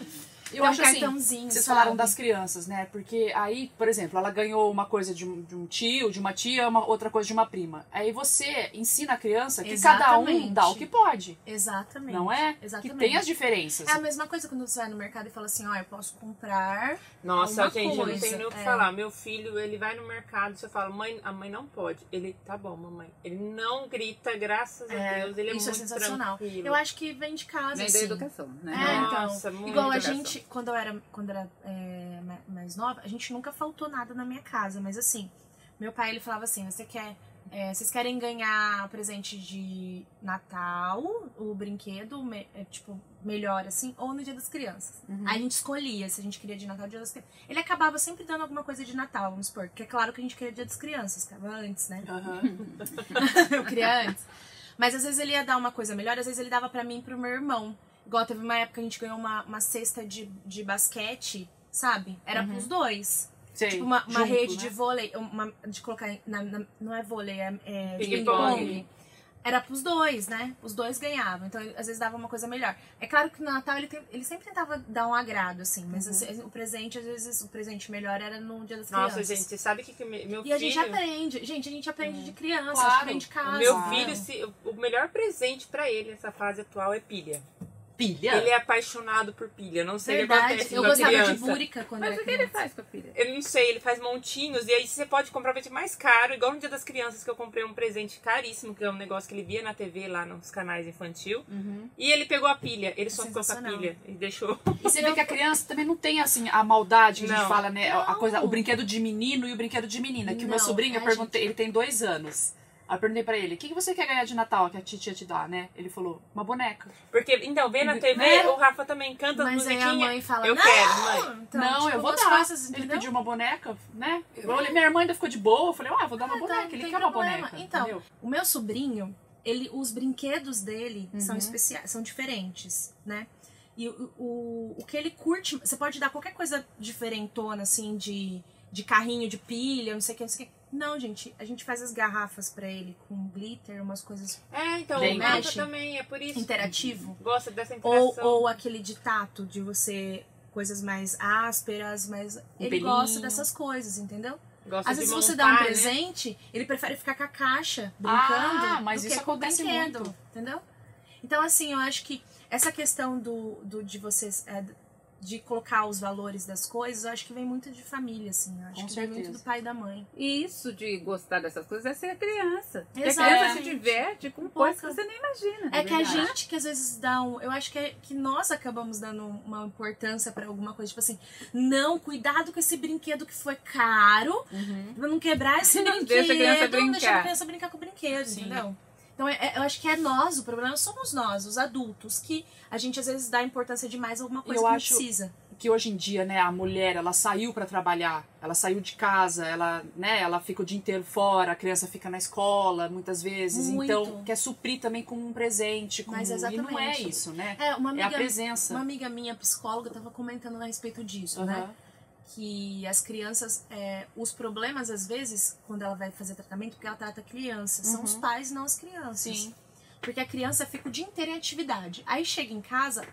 Speaker 5: Eu
Speaker 2: Tem
Speaker 5: acho
Speaker 2: um
Speaker 5: assim,
Speaker 2: cartãozinho,
Speaker 5: Vocês
Speaker 2: sabe?
Speaker 5: falaram das crianças, né? Porque aí, por exemplo, ela ganhou uma coisa de um, de um tio, de uma tia, uma outra coisa de uma prima. Aí você ensina a criança que cada um
Speaker 2: Exatamente.
Speaker 5: dá o que pode,
Speaker 2: Exatamente.
Speaker 5: não é?
Speaker 2: Exatamente.
Speaker 5: Que tem as diferenças.
Speaker 2: É a mesma coisa quando você vai no mercado e fala assim, ó, eu posso comprar.
Speaker 3: Nossa,
Speaker 2: Alguma
Speaker 3: gente, eu não
Speaker 2: coisa,
Speaker 3: tenho nem o que
Speaker 2: é.
Speaker 3: falar. Meu filho, ele vai no mercado, você fala, mãe, a mãe não pode. Ele, tá bom, mamãe. Ele não grita, graças a
Speaker 2: É,
Speaker 3: Deus. Ele é
Speaker 2: isso é
Speaker 3: muito
Speaker 2: sensacional.
Speaker 3: tranquilo.
Speaker 2: Eu acho que vem de casa,
Speaker 1: Vem da
Speaker 2: assim.
Speaker 1: educação, né?
Speaker 2: É, então,
Speaker 3: Nossa, muito
Speaker 2: Igual a
Speaker 3: educação.
Speaker 2: gente, quando eu era, quando era é, ma- mais nova, a gente nunca faltou nada na minha casa. Mas assim, meu pai, ele falava assim, você quer... é, vocês querem ganhar presente de Natal, o brinquedo, me- é, tipo, melhor assim, ou no Dia das Crianças?
Speaker 5: Uhum.
Speaker 2: Aí a gente escolhia se a gente queria de Natal ou Dia das Crianças. Ele acabava sempre dando alguma coisa de Natal, vamos supor. Porque é claro que a gente queria Dia das Crianças, acaba antes, né?
Speaker 5: Aham.
Speaker 2: Eu queria antes. Mas às vezes ele ia dar uma coisa melhor, às vezes ele dava pra mim e pro meu irmão. Igual teve uma época que a gente ganhou uma, uma cesta de, de basquete, sabe? Era
Speaker 3: Uhum.
Speaker 2: pros dois.
Speaker 5: Sei,
Speaker 2: Tipo, uma, uma
Speaker 5: junto,
Speaker 2: rede
Speaker 5: né?
Speaker 2: de vôlei, uma, de colocar. em- na- na- não é vôlei, é, é de
Speaker 3: Ping-pong.
Speaker 2: ping-pong. Era pros dois, né? Os dois ganhavam. Então, às vezes dava uma coisa melhor. É claro que no Natal ele, tem- ele sempre tentava dar um agrado, assim. Mas
Speaker 3: Uhum.
Speaker 2: assim, o presente, às vezes, o presente melhor era no dia das
Speaker 3: Nossa,
Speaker 2: crianças.
Speaker 3: gente, você sabe o que, que me- meu
Speaker 2: E a
Speaker 3: filho.
Speaker 2: gente aprende. Gente, a gente aprende de criança, a
Speaker 5: Claro.
Speaker 2: gente aprende de
Speaker 3: o
Speaker 2: casa.
Speaker 3: meu
Speaker 5: Claro.
Speaker 3: filho, se, o melhor presente pra ele nessa fase atual é pilha.
Speaker 5: Pilha?
Speaker 3: Ele é apaixonado por pilha. Não sei o que acontece
Speaker 2: Verdade. Eu
Speaker 3: com a
Speaker 2: gostava
Speaker 3: criança.
Speaker 2: de búrica quando
Speaker 1: Mas
Speaker 2: era
Speaker 1: o que ele
Speaker 2: né, criança.
Speaker 1: faz com a filha?
Speaker 3: Eu não sei, ele faz montinhos e aí você pode comprar um presente mais caro, igual no Dia das Crianças que eu comprei um presente caríssimo, que é um negócio que ele via na TV lá nos canais infantil.
Speaker 5: Uhum.
Speaker 3: E ele pegou a pilha, ele só ficou com a
Speaker 2: Sensacional.
Speaker 3: pilha e deixou.
Speaker 5: E você vê que a criança também não tem, assim, a maldade que a gente
Speaker 3: Não.
Speaker 5: fala, né? A
Speaker 2: Não.
Speaker 5: coisa, o brinquedo de menino e o brinquedo de menina. Que o meu
Speaker 2: Não,
Speaker 5: sobrinho, eu
Speaker 2: é,
Speaker 5: perguntei, ele tem dois anos. Aí eu perguntei pra ele, o que que você quer ganhar de Natal que a titia te dá, né? Ele falou, uma boneca.
Speaker 3: Porque, então, vê na TV, o Rafa também canta as
Speaker 2: Mas aí a
Speaker 3: musiquinhas.
Speaker 2: mãe fala,
Speaker 3: Eu
Speaker 2: não!
Speaker 3: quero, mãe.
Speaker 2: Então,
Speaker 5: não,
Speaker 2: tipo,
Speaker 5: eu vou
Speaker 2: umas
Speaker 5: dar.
Speaker 2: coisas,
Speaker 5: ele
Speaker 2: entendeu?
Speaker 5: pediu uma boneca, né? Eu olhei, minha irmã ainda ficou de boa. Eu falei, ah, vou dar uma
Speaker 2: Ah, tá,
Speaker 5: boneca.
Speaker 2: não
Speaker 5: ele
Speaker 2: tem
Speaker 5: quer uma
Speaker 2: problema.
Speaker 5: boneca.
Speaker 2: Então,
Speaker 5: entendeu?
Speaker 2: O meu sobrinho, ele, os brinquedos dele são
Speaker 5: Uhum.
Speaker 2: especiais, são diferentes, né? E o, o, o que ele curte, você pode dar qualquer coisa diferentona, assim, de, de carrinho, de pilha, não sei o que, não sei o que. Não, gente, a gente faz as garrafas pra ele com glitter, umas coisas
Speaker 3: É, então,
Speaker 5: Bem,
Speaker 3: o Rafa
Speaker 2: mexe.
Speaker 3: também, é por isso.
Speaker 2: interativo.
Speaker 3: Gosta dessa
Speaker 2: Ou,
Speaker 3: interação.
Speaker 2: ou aquele de tato, de você. Coisas mais ásperas, mas ele
Speaker 5: Um pelinho.
Speaker 2: gosta dessas coisas, entendeu?
Speaker 3: Gosta
Speaker 2: Às
Speaker 3: de
Speaker 2: vezes
Speaker 3: montar,
Speaker 2: você dá um
Speaker 3: né?
Speaker 2: presente, ele prefere ficar com a caixa brincando.
Speaker 5: Ah, mas
Speaker 2: do
Speaker 5: isso
Speaker 2: que com o
Speaker 5: acontece
Speaker 2: brinquedo,
Speaker 5: muito.
Speaker 2: Entendeu? Então, assim, eu acho que essa questão do, do de vocês é, de colocar os valores das coisas, eu acho que vem muito de família, assim. Eu acho
Speaker 5: Com
Speaker 2: que vem
Speaker 5: certeza.
Speaker 2: muito do pai e da mãe.
Speaker 1: E isso de gostar dessas coisas é ser criança. Porque a
Speaker 2: Exato.
Speaker 1: criança se diverte com coisas que
Speaker 2: pouca.
Speaker 1: você nem imagina.
Speaker 2: É que a
Speaker 5: verdade.
Speaker 2: gente que às vezes dá um. Eu acho que, é- que nós acabamos dando uma importância pra alguma coisa. Tipo assim, não, cuidado com esse brinquedo que foi caro. Pra não quebrar esse
Speaker 1: Não
Speaker 2: brinquedo.
Speaker 1: deixa a criança
Speaker 2: Não deixa a
Speaker 1: brincar.
Speaker 2: criança brincar com o brinquedo,
Speaker 5: Sim.
Speaker 2: entendeu? Então é- é- eu acho que é nós, o problema somos nós, os adultos, que a gente às vezes dá importância demais a alguma coisa
Speaker 5: Eu
Speaker 2: que
Speaker 5: acho-
Speaker 2: não precisa.
Speaker 5: que hoje em dia, né, a mulher, ela saiu pra trabalhar, ela saiu de casa, ela, né, ela fica o dia inteiro fora, a criança fica na escola, muitas vezes,
Speaker 2: Muito.
Speaker 5: então quer suprir também com um presente, com
Speaker 2: Mas
Speaker 5: e não é
Speaker 2: exatamente.
Speaker 5: isso, né?
Speaker 2: É, uma
Speaker 5: É a
Speaker 2: amiga,
Speaker 5: presença.
Speaker 2: uma amiga minha, psicóloga, tava comentando a respeito disso, né?
Speaker 5: Aham.
Speaker 2: que as crianças, é, os problemas às vezes, quando ela vai fazer tratamento, porque ela trata crianças, são os pais, não as crianças.
Speaker 5: Uhum. Sim.
Speaker 2: Porque a criança fica o dia inteiro em atividade. Aí chega em casa,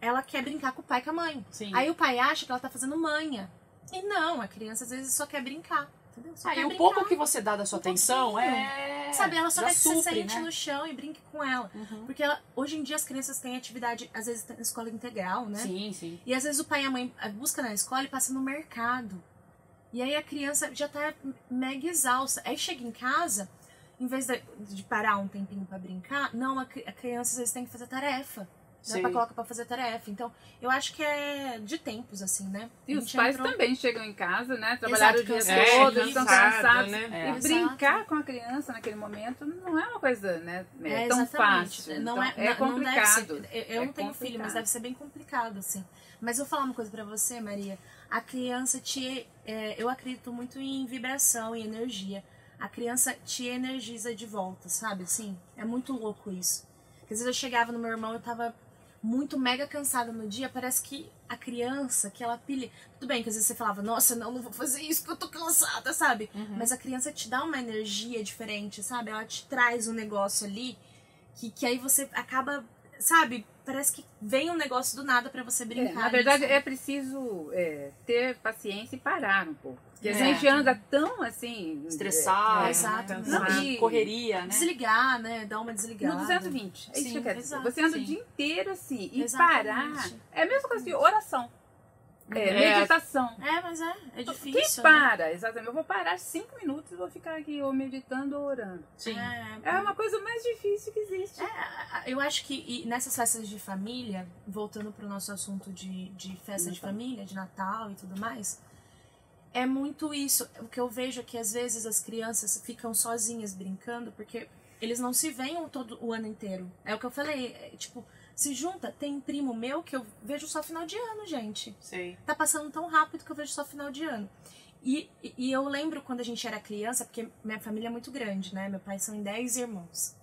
Speaker 2: ela quer brincar com o pai e com a mãe.
Speaker 5: Sim.
Speaker 2: Aí o pai acha que ela tá fazendo manha. E não, a criança às vezes só quer brincar. Entendeu? Só
Speaker 5: Aí
Speaker 2: quer
Speaker 5: o
Speaker 2: brincar.
Speaker 5: pouco que você dá da sua
Speaker 2: Um
Speaker 5: atenção
Speaker 2: pouquinho.
Speaker 5: é.
Speaker 2: Sabe, ela só
Speaker 5: já
Speaker 2: quer que você
Speaker 5: supre,
Speaker 2: sente
Speaker 5: né?
Speaker 2: no chão e brinque com ela.
Speaker 5: Uhum.
Speaker 2: Porque ela- hoje em dia as crianças têm atividade, às vezes, na escola integral, né?
Speaker 5: Sim, sim.
Speaker 2: E às vezes o pai e a mãe eh, busca na escola e passa no mercado. E aí a criança já tá mega exausta. Aí chega em casa, em vez da- de, parar um tempinho pra brincar, não, a, cri- a criança às vezes tem que fazer tarefa. Dá
Speaker 5: Sei.
Speaker 2: pra coloca pra fazer tarefa. Então, eu acho que é de tempos, assim, né?
Speaker 1: E
Speaker 2: A
Speaker 1: os
Speaker 2: gente
Speaker 1: pais
Speaker 2: entrou-
Speaker 1: também chegam em casa, né? Trabalharam o dia
Speaker 2: cansados. É,
Speaker 1: todo, estão
Speaker 3: É, cansado,
Speaker 1: cansados.
Speaker 3: né?
Speaker 5: É.
Speaker 1: E
Speaker 2: Exato.
Speaker 1: brincar com a criança naquele momento não é uma coisa, né? É, tão
Speaker 2: exatamente.
Speaker 1: fácil.
Speaker 2: Não
Speaker 1: Então,
Speaker 2: é, não- não deve ser-
Speaker 1: complicado.
Speaker 2: eu eu
Speaker 1: É
Speaker 2: não tenho filho, mas
Speaker 1: complicado.
Speaker 2: deve ser bem complicado, assim. Mas eu vou falar uma coisa pra você, Maria. A criança te. é, eu acredito muito em vibração e energia. A criança te energiza de volta, sabe? Assim, é muito louco isso. Porque às vezes eu chegava no meu irmão, eu tava muito mega cansada no dia, parece que a criança, que ela pilha. Tudo bem que às vezes você falava, nossa, não, não vou fazer isso porque eu tô cansada, sabe?
Speaker 1: Uhum.
Speaker 2: Mas a criança te dá uma energia diferente, sabe? Ela te traz um negócio ali que, que aí você acaba, sabe? Parece que vem um negócio do nada pra você
Speaker 1: É,
Speaker 2: brincar. né?
Speaker 1: na verdade,
Speaker 2: ali,
Speaker 1: é preciso é, ter paciência e parar um pouco. Porque a
Speaker 5: É.
Speaker 1: gente anda tão assim.
Speaker 5: Estressar,
Speaker 1: é,
Speaker 2: Tipo, exato.
Speaker 1: Não,
Speaker 5: né?
Speaker 1: e-
Speaker 5: correria, né?
Speaker 2: Desligar, né? Dar uma desligada.
Speaker 1: No 220. É isso
Speaker 5: Sim,
Speaker 1: que eu quero
Speaker 2: exato,
Speaker 1: dizer. Você anda
Speaker 5: sim.
Speaker 1: o dia inteiro assim e
Speaker 2: Exatamente.
Speaker 1: parar. É a mesma coisa que oração. É,
Speaker 3: É.
Speaker 1: meditação.
Speaker 2: É, mas é, é
Speaker 1: Quem
Speaker 2: difícil. né?
Speaker 1: para, exatamente. Eu vou parar cinco minutos e vou ficar aqui ou meditando ou orando.
Speaker 5: Sim.
Speaker 1: É uma coisa mais difícil que existe.
Speaker 2: É, a- a- eu acho que e nessas festas de família, voltando pro nosso assunto de, de festa de família, de Natal e tudo mais, é muito isso. O que eu vejo é que às vezes as crianças ficam sozinhas brincando porque eles não se veem o todo o ano inteiro. É o que eu falei, é, tipo, se junta, tem primo meu que eu vejo só final de ano, gente
Speaker 5: Sei.
Speaker 2: tá passando tão rápido que eu vejo só final de ano. E, e- e eu lembro quando a gente era criança, porque minha família é muito grande, né? Meu pai são em 10 irmãos.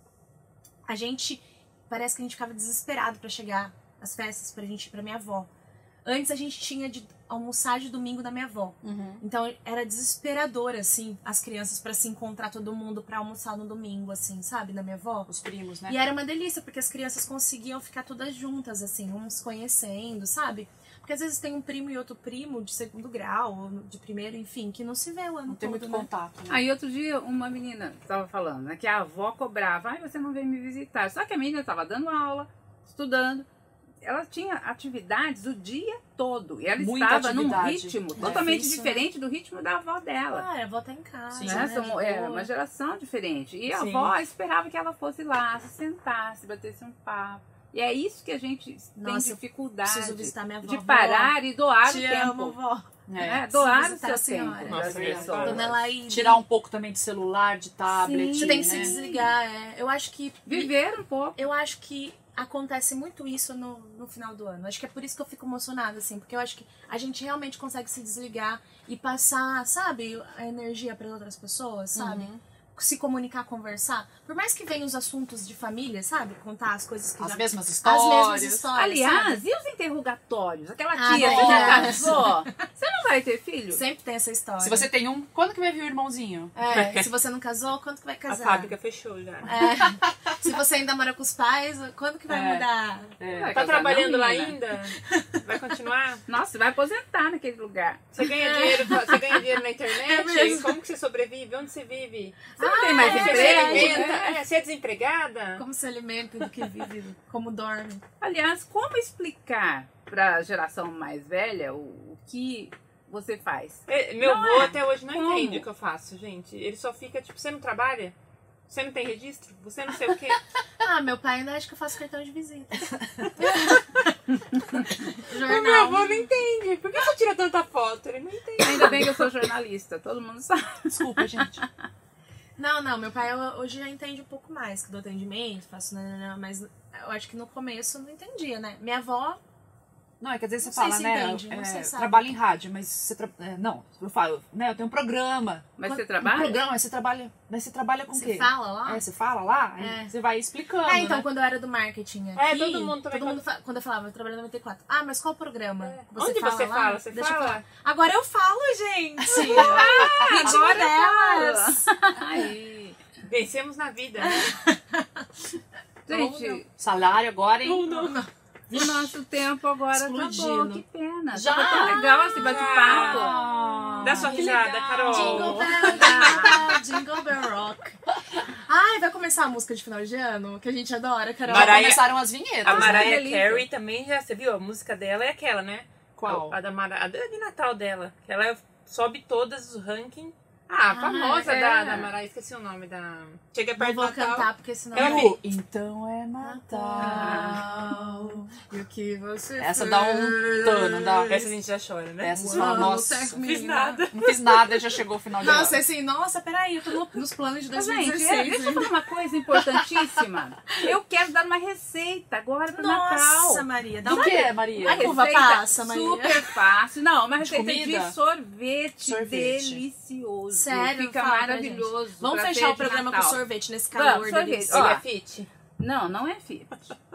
Speaker 2: A gente, parece que a gente ficava desesperado pra chegar às festas pra gente, pra minha avó. Antes a gente tinha de almoçar de domingo da minha avó.
Speaker 5: Uhum.
Speaker 2: Então era desesperador, assim, as crianças pra se encontrar todo mundo pra almoçar no domingo, assim, sabe? Da minha avó.
Speaker 5: Os primos, né?
Speaker 2: E é era uma delícia, porque as crianças conseguiam ficar todas juntas, assim, uns conhecendo, sabe? Porque às vezes tem um primo e outro primo de segundo grau, ou de primeiro, enfim, que não se vê o ano
Speaker 5: Não tem
Speaker 2: todo,
Speaker 5: muito
Speaker 2: né?
Speaker 5: contato. né?
Speaker 1: Aí outro dia uma menina estava falando, né, que a avó cobrava, ai, você não vem me visitar. Só que a menina estava dando aula, estudando. Ela tinha atividades o dia todo. E ela
Speaker 5: Muita
Speaker 1: estava num
Speaker 5: atividade.
Speaker 1: ritmo
Speaker 5: É,
Speaker 1: totalmente
Speaker 2: isso, né?
Speaker 1: diferente do ritmo da avó dela.
Speaker 2: Ah, eu vou estar em casa,
Speaker 5: Sim,
Speaker 1: né?
Speaker 2: né?
Speaker 1: São-
Speaker 2: de
Speaker 1: é,
Speaker 2: boa.
Speaker 1: uma geração diferente. E a
Speaker 3: Sim.
Speaker 1: avó esperava que ela fosse lá, se sentasse, batesse um papo. E é isso que a gente
Speaker 2: Nossa,
Speaker 1: tem
Speaker 2: eu
Speaker 1: dificuldade
Speaker 2: Preciso visitar minha avó.
Speaker 1: de
Speaker 2: Vó,
Speaker 1: parar e doar
Speaker 2: te
Speaker 1: o tempo.
Speaker 2: amo, vó.
Speaker 5: É.
Speaker 1: né? Doar o
Speaker 2: visitar a
Speaker 1: seu
Speaker 2: senhora.
Speaker 1: tempo.
Speaker 3: Nossa,
Speaker 1: das
Speaker 3: é verdade.
Speaker 1: pessoas.
Speaker 2: Dona Laís.
Speaker 5: Tirar um pouco também de celular, de tablet.
Speaker 2: Você tem que se
Speaker 5: né?
Speaker 2: desligar, é. Eu acho que...
Speaker 1: Viver um pouco.
Speaker 2: Eu acho que acontece muito isso no, no final do ano. Acho que é por isso que eu fico emocionada, assim, porque eu acho que a gente realmente consegue se desligar e passar, sabe, a energia para outras pessoas,
Speaker 5: Uhum.
Speaker 2: sabe? Se comunicar, conversar. Por mais que venham os assuntos de família, sabe? Contar as coisas que
Speaker 5: As
Speaker 2: já.
Speaker 5: mesmas
Speaker 2: As
Speaker 5: histórias.
Speaker 2: mesmas histórias. sabe?
Speaker 1: Aliás, e os interrogatórios? Aquela
Speaker 2: Ah,
Speaker 1: tia,
Speaker 2: não.
Speaker 1: você já casou? Você não vai ter filho?
Speaker 2: sempre tem essa história.
Speaker 5: Se você tem um, quando que vai vir o irmãozinho?
Speaker 2: É, se você não casou, quando que vai
Speaker 3: A
Speaker 2: casar?
Speaker 3: fábrica fechou já.
Speaker 2: É. se você ainda mora com os pais, quando que vai
Speaker 5: É.
Speaker 2: mudar?
Speaker 1: Vai
Speaker 3: Tá
Speaker 1: casar,
Speaker 3: trabalhando
Speaker 1: não,
Speaker 3: lá
Speaker 1: menina?
Speaker 3: ainda? Vai continuar?
Speaker 1: Nossa, você vai aposentar naquele lugar.
Speaker 3: Você ganha dinheiro, você ganha dinheiro na
Speaker 2: É
Speaker 3: internet?
Speaker 2: mesmo.
Speaker 3: Como que você sobrevive? Onde você vive? Ah,
Speaker 1: Você não tem mais
Speaker 3: Você se
Speaker 1: emprego?
Speaker 3: alimenta? É, você é desempregada?
Speaker 2: Como se alimenta, do que vive, como dorme.
Speaker 1: Aliás, como explicar pra geração mais velha, o, o que você faz?
Speaker 3: É, Meu
Speaker 1: Não
Speaker 3: avô
Speaker 1: é.
Speaker 3: até hoje não
Speaker 1: Como?
Speaker 3: entende o que eu faço, gente. Ele só fica, tipo, você não trabalha? Você não tem registro? Você não sei o quê?
Speaker 2: Ah, meu pai ainda acha que eu faço cartão de visita.
Speaker 3: o meu avô
Speaker 2: Jornal.
Speaker 3: não entende. Por que você tira tanta foto? Ele não entende.
Speaker 1: Ainda bem que eu sou jornalista, todo mundo sabe.
Speaker 5: Desculpa, gente.
Speaker 2: Não, não, meu pai ho- hoje já entende um pouco mais do atendimento, faço, nananã, mas eu acho que no começo não entendia, né? Minha avó,
Speaker 5: Não, é que às vezes você
Speaker 2: Não sei
Speaker 5: fala,
Speaker 2: se
Speaker 5: né?
Speaker 2: entende, não
Speaker 5: é,
Speaker 2: sei se sabe.
Speaker 5: trabalho em rádio, mas você. Tra... é, não, eu falo, né? Eu tenho um programa.
Speaker 1: Mas
Speaker 5: Quando-
Speaker 1: você trabalha?
Speaker 5: Um programa, mas você trabalha. Mas você trabalha com o
Speaker 2: você
Speaker 5: quê?
Speaker 2: fala lá?
Speaker 5: É, você fala lá, aí
Speaker 2: É.
Speaker 5: você vai explicando.
Speaker 2: É, então,
Speaker 5: né?
Speaker 2: quando eu era do marketing aqui,
Speaker 3: É, todo mundo também É.
Speaker 2: todo mundo fa- quando eu falava, eu trabalhei no 94. Ah, mas qual o programa? que
Speaker 3: Onde você
Speaker 2: lá?
Speaker 3: fala? Você
Speaker 2: Deixa eu
Speaker 3: fala?
Speaker 2: falar. Agora eu falo, gente! Ritmo
Speaker 1: Ah, agora
Speaker 2: delas!
Speaker 1: Aí.
Speaker 3: Vencemos na vida. né?
Speaker 1: Gente,
Speaker 5: Salário agora, hein?
Speaker 3: Ou não.
Speaker 1: o nosso tempo agora acabou.
Speaker 2: Explodindo.
Speaker 1: Que pena.
Speaker 5: Já?
Speaker 1: Tava tão legal esse bate-papo.
Speaker 5: Ah,
Speaker 3: Dá sua
Speaker 5: que
Speaker 3: risada,
Speaker 5: legal.
Speaker 3: Carol.
Speaker 2: Jingle Bell, Jingle Bell, Jingle Bell Rock. Ai, vai começar a música de final de ano, que a gente adora, Carol.
Speaker 5: Já
Speaker 3: Maraia-
Speaker 5: começaram as vinhetas.
Speaker 3: A
Speaker 5: né?
Speaker 1: que
Speaker 3: Mariah
Speaker 1: delícia.
Speaker 3: Carey também já, você viu? A música dela é aquela, né?
Speaker 5: Qual?
Speaker 3: A, da Mara, a da- de Natal dela. que Ela sobe todas os rankings. Ah, a
Speaker 2: Ah,
Speaker 3: famosa
Speaker 1: é.
Speaker 3: da, da Mariah, esqueci o nome da. Chega
Speaker 2: Não
Speaker 3: perto do
Speaker 2: vou
Speaker 3: Natal.
Speaker 2: cantar, porque senão... é
Speaker 3: Eu vi.
Speaker 5: O Então é Natal.
Speaker 2: E o que você
Speaker 5: Essa dá um tano, dá.
Speaker 3: Essa a gente já chora, né?
Speaker 5: Essa você
Speaker 2: Uau,
Speaker 5: fala, nossa,
Speaker 2: termina.
Speaker 5: não
Speaker 3: Fiz nada.
Speaker 5: fiz nada, já chegou o final de
Speaker 2: Nossa,
Speaker 5: ano.
Speaker 2: assim, nossa, peraí, eu tô no- nos planos de
Speaker 1: Mas, Gente,
Speaker 2: 2016.
Speaker 1: é, deixa eu falar uma coisa importantíssima. Eu quero dar uma receita agora pro
Speaker 2: Nossa,
Speaker 1: Natal.
Speaker 2: Maria, dá
Speaker 5: Do
Speaker 2: uma
Speaker 5: que, Maria?
Speaker 1: Uma
Speaker 2: Ai, uva
Speaker 1: receita
Speaker 2: passa, Maria.
Speaker 1: super fácil. Não, uma
Speaker 5: De
Speaker 1: receita
Speaker 5: comida?
Speaker 1: de sorvete,
Speaker 5: Sorvete.
Speaker 1: delicioso.
Speaker 2: Sério,
Speaker 1: Fica
Speaker 2: fala pra
Speaker 1: maravilhoso.
Speaker 2: Vamos
Speaker 1: pra
Speaker 2: fechar
Speaker 1: ceia
Speaker 2: o
Speaker 1: de
Speaker 2: programa com
Speaker 1: Natal.
Speaker 2: sorvete nesse
Speaker 1: Vamos,
Speaker 2: calor
Speaker 1: sorvete.
Speaker 2: delicioso.
Speaker 1: Ó,
Speaker 3: Ele é fit?
Speaker 1: Não, não é fit.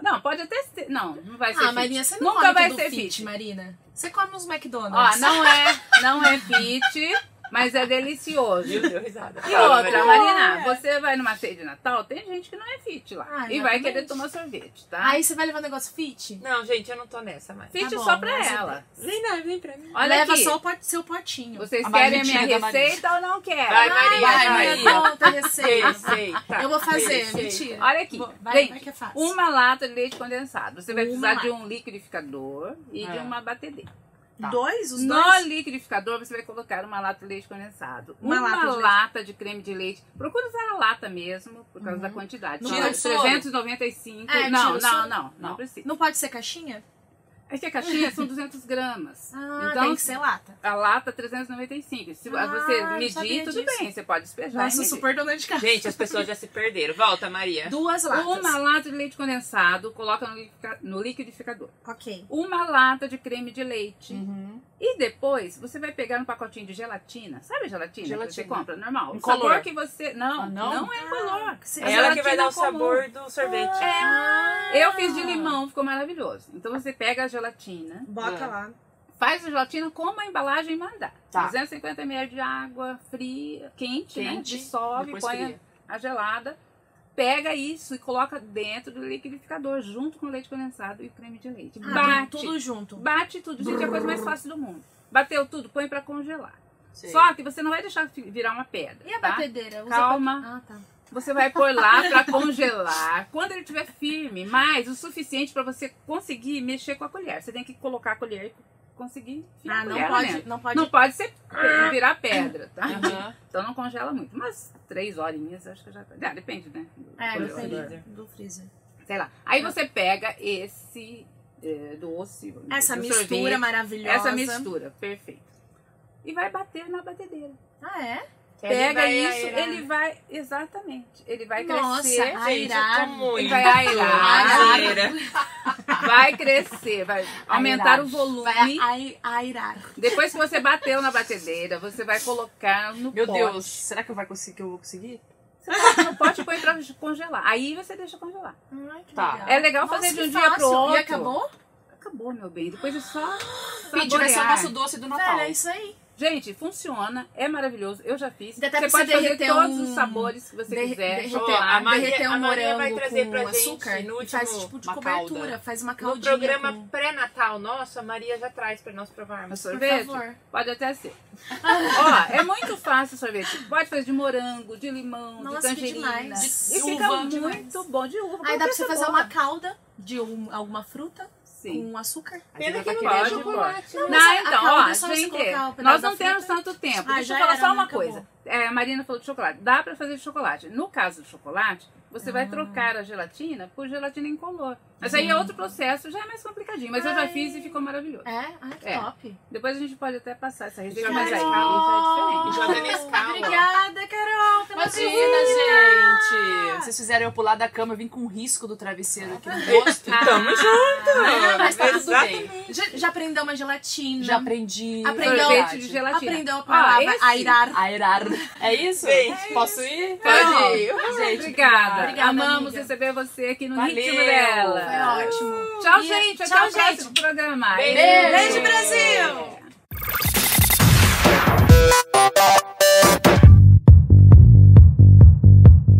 Speaker 1: Não, pode até ser. Não, não vai ser
Speaker 2: Ah,
Speaker 1: fit.
Speaker 2: Marina, você não
Speaker 1: Nunca
Speaker 2: come
Speaker 1: vai
Speaker 2: tudo
Speaker 1: ser
Speaker 2: fit,
Speaker 1: fit.
Speaker 2: Marina. Você come uns McDonald's.
Speaker 1: Ó, não é, não é fit, mas é delicioso.
Speaker 3: Meu Deus, risada.
Speaker 1: E
Speaker 3: Fala,
Speaker 1: outra,
Speaker 3: Mariah.
Speaker 1: Marina, você vai numa ceia de Natal, tem gente que não é fit lá.
Speaker 2: Ah,
Speaker 1: e vai
Speaker 2: exatamente.
Speaker 1: querer tomar sorvete, tá?
Speaker 2: Aí você vai levar um negócio fit?
Speaker 3: Não, gente, eu não tô nessa mais.
Speaker 1: fit
Speaker 2: tá bom,
Speaker 1: só pra
Speaker 2: mas
Speaker 1: ela.
Speaker 3: Nem nada, nem pra mim.
Speaker 1: Olha
Speaker 2: Leva
Speaker 1: aqui,
Speaker 2: só um o pot- seu potinho.
Speaker 1: vocês
Speaker 5: A
Speaker 1: querem a
Speaker 5: Maria
Speaker 1: minha
Speaker 5: tira da Maria.
Speaker 1: receita ou não querem?
Speaker 3: Vai, Maria,
Speaker 2: Ai,
Speaker 3: vai,
Speaker 2: Maria,
Speaker 3: Maria.
Speaker 2: conta a receita.
Speaker 3: Receita.
Speaker 2: Eu vou fazer, é
Speaker 3: Receita.
Speaker 2: mentira.
Speaker 1: Ah, Olha aqui,
Speaker 2: Vou- Vai,
Speaker 1: gente, um,
Speaker 2: vai que é fácil.
Speaker 1: Uma lata de leite condensado. Você vai
Speaker 2: Uma
Speaker 1: precisar de
Speaker 2: lata.
Speaker 1: um liquidificador e de
Speaker 2: Ah.
Speaker 5: É.
Speaker 1: uma batedeira.
Speaker 5: Tá.
Speaker 2: Dois? Os
Speaker 1: No
Speaker 2: dois?
Speaker 1: liquidificador você vai colocar uma lata de leite condensado,
Speaker 2: Uma
Speaker 1: uma,
Speaker 2: lata de
Speaker 1: lata,
Speaker 2: leite.
Speaker 1: de creme de leite. Procura usar a lata mesmo, por causa
Speaker 2: Uhum.
Speaker 1: da quantidade.
Speaker 2: Não
Speaker 1: São
Speaker 5: vai-
Speaker 1: 395. não,
Speaker 2: É, tira o
Speaker 1: não,
Speaker 2: soro.
Speaker 1: não, não,
Speaker 5: Não.
Speaker 1: precisa.
Speaker 2: Não pode ser caixinha?
Speaker 1: Aqui a caixinha são 200 gramas.
Speaker 2: Ah,
Speaker 1: Então,
Speaker 2: tem que ser lata.
Speaker 1: A lata 395. Se
Speaker 2: Ah,
Speaker 1: você
Speaker 2: eu sabia
Speaker 1: medir, tudo
Speaker 2: disso.
Speaker 1: bem. Você pode despejar. e
Speaker 2: Nossa,
Speaker 1: medir.
Speaker 2: super dona de casa.
Speaker 3: Gente, as pessoas já se perderam. Volta, Maria.
Speaker 2: Duas latas.
Speaker 1: Uma lata de leite condensado, coloca no liquidifica- no liquidificador.
Speaker 2: Ok.
Speaker 1: Uma lata de creme de leite.
Speaker 5: Uhum.
Speaker 1: E depois você vai pegar um pacotinho de gelatina. Sabe a gelatina, que você
Speaker 5: Gelatina.
Speaker 1: compra? Normal. O
Speaker 5: Incolor.
Speaker 1: sabor que você. Não,
Speaker 5: Ah, não?
Speaker 1: não? é incolor.
Speaker 2: Se-
Speaker 1: É
Speaker 3: É ela é que
Speaker 1: gelatina
Speaker 3: vai dar o
Speaker 1: comum.
Speaker 3: sabor do sorvete.
Speaker 2: Ah.
Speaker 1: Eu fiz de limão, ficou maravilhoso. Então você pega a gelatina,
Speaker 2: Bota
Speaker 5: É.
Speaker 2: lá.
Speaker 1: faz a gelatina como a embalagem mandar.
Speaker 5: Tá.
Speaker 1: 250 ml de água fria, quente, né?
Speaker 5: Quente,
Speaker 1: Dissolve,
Speaker 5: depois
Speaker 1: põe a-
Speaker 5: fria.
Speaker 1: a gelada. Pega isso e coloca dentro do liquidificador, junto com o leite condensado e o creme de leite.
Speaker 2: Ah,
Speaker 1: Bate.
Speaker 2: tudo junto.
Speaker 1: Bate tudo, gente, é a coisa mais fácil do mundo. Bateu tudo, põe pra congelar.
Speaker 5: Sei.
Speaker 1: Só que você não vai deixar fi- virar uma pedra.
Speaker 2: E a
Speaker 1: tá?
Speaker 2: batedeira? Usa
Speaker 1: Calma.
Speaker 2: pra- Ah, tá.
Speaker 1: Você vai pôr lá pra congelar. Quando ele estiver firme, mais o suficiente pra você conseguir mexer com a colher. Você tem que colocar a colher e conseguir enfiar
Speaker 2: Ah,
Speaker 1: a
Speaker 2: não
Speaker 1: colher lá
Speaker 2: pode,
Speaker 1: dentro.
Speaker 2: não pode.
Speaker 1: Não pode ser pe- virar pedra, tá?
Speaker 5: Aham.
Speaker 1: Então não congela muito. Mas três horinhas, eu acho que já tá. Ah, depende, né? do
Speaker 2: É, do
Speaker 1: colher.
Speaker 2: freezer. Do freezer.
Speaker 1: Sei lá. Aí
Speaker 2: Tá.
Speaker 1: você pega esse eh, doce.
Speaker 2: Essa
Speaker 1: do
Speaker 2: mistura
Speaker 1: sorvete,
Speaker 2: maravilhosa.
Speaker 1: Essa mistura, perfeito. E vai bater na batedeira.
Speaker 2: Ah, é?
Speaker 1: Pega
Speaker 3: Ele vai
Speaker 1: isso,
Speaker 3: aerar.
Speaker 1: ele vai. Exatamente. Ele vai
Speaker 2: Nossa,
Speaker 1: crescer.
Speaker 2: ai,
Speaker 3: Gente, eu tô
Speaker 2: Airado.
Speaker 3: muito.
Speaker 1: Ele vai airar.
Speaker 3: Azeira.
Speaker 1: Vai crescer, vai aumentar o
Speaker 2: Vai
Speaker 1: volume.
Speaker 2: ai- airar.
Speaker 1: Depois que você bateu na batedeira, você vai colocar no
Speaker 5: Meu
Speaker 1: pote.
Speaker 5: Deus, será que eu, vai conseguir, que eu vou conseguir?
Speaker 1: Você coloca no pote e põe pra congelar. Aí você deixa congelar.
Speaker 2: Ai, que
Speaker 5: Tá.
Speaker 2: legal.
Speaker 1: É legal
Speaker 2: Nossa,
Speaker 1: fazer de
Speaker 2: que
Speaker 1: um dia pro
Speaker 2: fácil.
Speaker 1: outro. Tá
Speaker 2: E acabou?
Speaker 1: Acabou, meu bem. Depois é só
Speaker 5: Gente, vai ser o
Speaker 1: saborear.
Speaker 5: nosso doce do Natal.
Speaker 2: Velho, é isso aí.
Speaker 1: Gente, funciona, é maravilhoso. Eu já fiz.
Speaker 2: Dá até pra
Speaker 1: você pode
Speaker 2: você
Speaker 1: fazer
Speaker 2: derreter
Speaker 1: todos
Speaker 2: um-
Speaker 1: os sabores que você
Speaker 2: Derre-
Speaker 1: quiser.
Speaker 2: derreter,
Speaker 3: Ó,
Speaker 1: ah,
Speaker 3: a Maria-
Speaker 2: derreter um
Speaker 3: a Maria
Speaker 2: morango
Speaker 3: vai trazer
Speaker 2: com
Speaker 3: pra gente
Speaker 2: açúcar
Speaker 3: no
Speaker 2: e faz
Speaker 3: último-
Speaker 2: tipo de
Speaker 5: uma
Speaker 2: cobertura,
Speaker 5: calda.
Speaker 2: faz uma
Speaker 3: No
Speaker 2: caldinha.
Speaker 3: programa
Speaker 2: com...
Speaker 3: pré-natal nosso, a Maria já traz pra nós
Speaker 1: No
Speaker 3: provarmos.
Speaker 2: Por
Speaker 1: sorvete?
Speaker 2: favor.
Speaker 1: Pode até ser. Ó, é muito fácil o sorvete. Pode fazer de morango, de limão,
Speaker 2: Nossa, que
Speaker 1: de tangerina.
Speaker 2: demais.
Speaker 1: E
Speaker 5: De
Speaker 1: fica
Speaker 5: uva,
Speaker 1: muito
Speaker 5: demais.
Speaker 1: bom de uva.
Speaker 2: Aí dá
Speaker 1: qualquer
Speaker 2: pra você fazer
Speaker 1: sabor.
Speaker 2: uma calda de um- alguma fruta.
Speaker 1: Sim.
Speaker 2: com açúcar.
Speaker 5: A
Speaker 3: Pena que
Speaker 5: gente vai
Speaker 3: não
Speaker 5: querer
Speaker 3: pode,
Speaker 5: chocolate.
Speaker 2: Não,
Speaker 1: Não,
Speaker 2: mas a- a
Speaker 1: então,
Speaker 2: calda
Speaker 1: ó,
Speaker 2: é só você
Speaker 1: gente,
Speaker 2: colocar o pedaço
Speaker 1: nós
Speaker 2: da
Speaker 1: não temos
Speaker 2: fruta.
Speaker 1: tanto tempo.
Speaker 2: Ah,
Speaker 1: Deixa eu
Speaker 2: já
Speaker 1: falar
Speaker 2: era,
Speaker 1: só
Speaker 2: né?
Speaker 1: uma
Speaker 2: Acabou.
Speaker 1: coisa. É, a Marina falou de chocolate. Dá pra fazer de chocolate. No caso do chocolate, você
Speaker 2: Ah.
Speaker 1: vai trocar a gelatina por gelatina incolor. Mas aí é outro processo, já é mais complicadinho. Mas eu já
Speaker 2: Ai.
Speaker 1: fiz e ficou maravilhoso.
Speaker 2: É? Ah, que
Speaker 1: É.
Speaker 2: top.
Speaker 1: Depois a gente pode até passar essa receita,
Speaker 3: Joga
Speaker 1: mas aí
Speaker 3: Nescau.
Speaker 1: Carol, isso é
Speaker 3: Joga
Speaker 1: diferente.
Speaker 3: Nescau.
Speaker 2: Obrigada, Carol, pela
Speaker 5: Imagina,
Speaker 2: visita.
Speaker 5: né, gente! Vocês fizeram eu pular da cama, eu vim com um risco do travesseiro aqui no rosto.
Speaker 1: Ah,
Speaker 3: Tamo junto!
Speaker 5: Mas tá tudo
Speaker 3: Exatamente.
Speaker 5: bem.
Speaker 2: Já, já aprendeu uma gelatina.
Speaker 5: Já aprendi.
Speaker 2: Aprendeu.
Speaker 1: Sorvete de gelatina.
Speaker 2: Aprendeu a
Speaker 1: Ó,
Speaker 2: palavra
Speaker 1: esse-
Speaker 2: airar.
Speaker 5: Airar. É isso?
Speaker 3: Gente,
Speaker 5: Posso ir?
Speaker 1: Pode
Speaker 3: ir.
Speaker 5: Gente,
Speaker 1: Obrigada.
Speaker 2: Obrigada,
Speaker 1: Amamos
Speaker 2: amiga.
Speaker 1: receber você aqui no
Speaker 5: Valeu.
Speaker 1: ritmo
Speaker 2: Foi
Speaker 1: dela.
Speaker 2: É ótimo.
Speaker 1: Tchau,
Speaker 2: E-
Speaker 1: gente. Até
Speaker 2: tchau,
Speaker 1: o próximo programa.
Speaker 3: Beijo.
Speaker 2: Beijo, Brasil!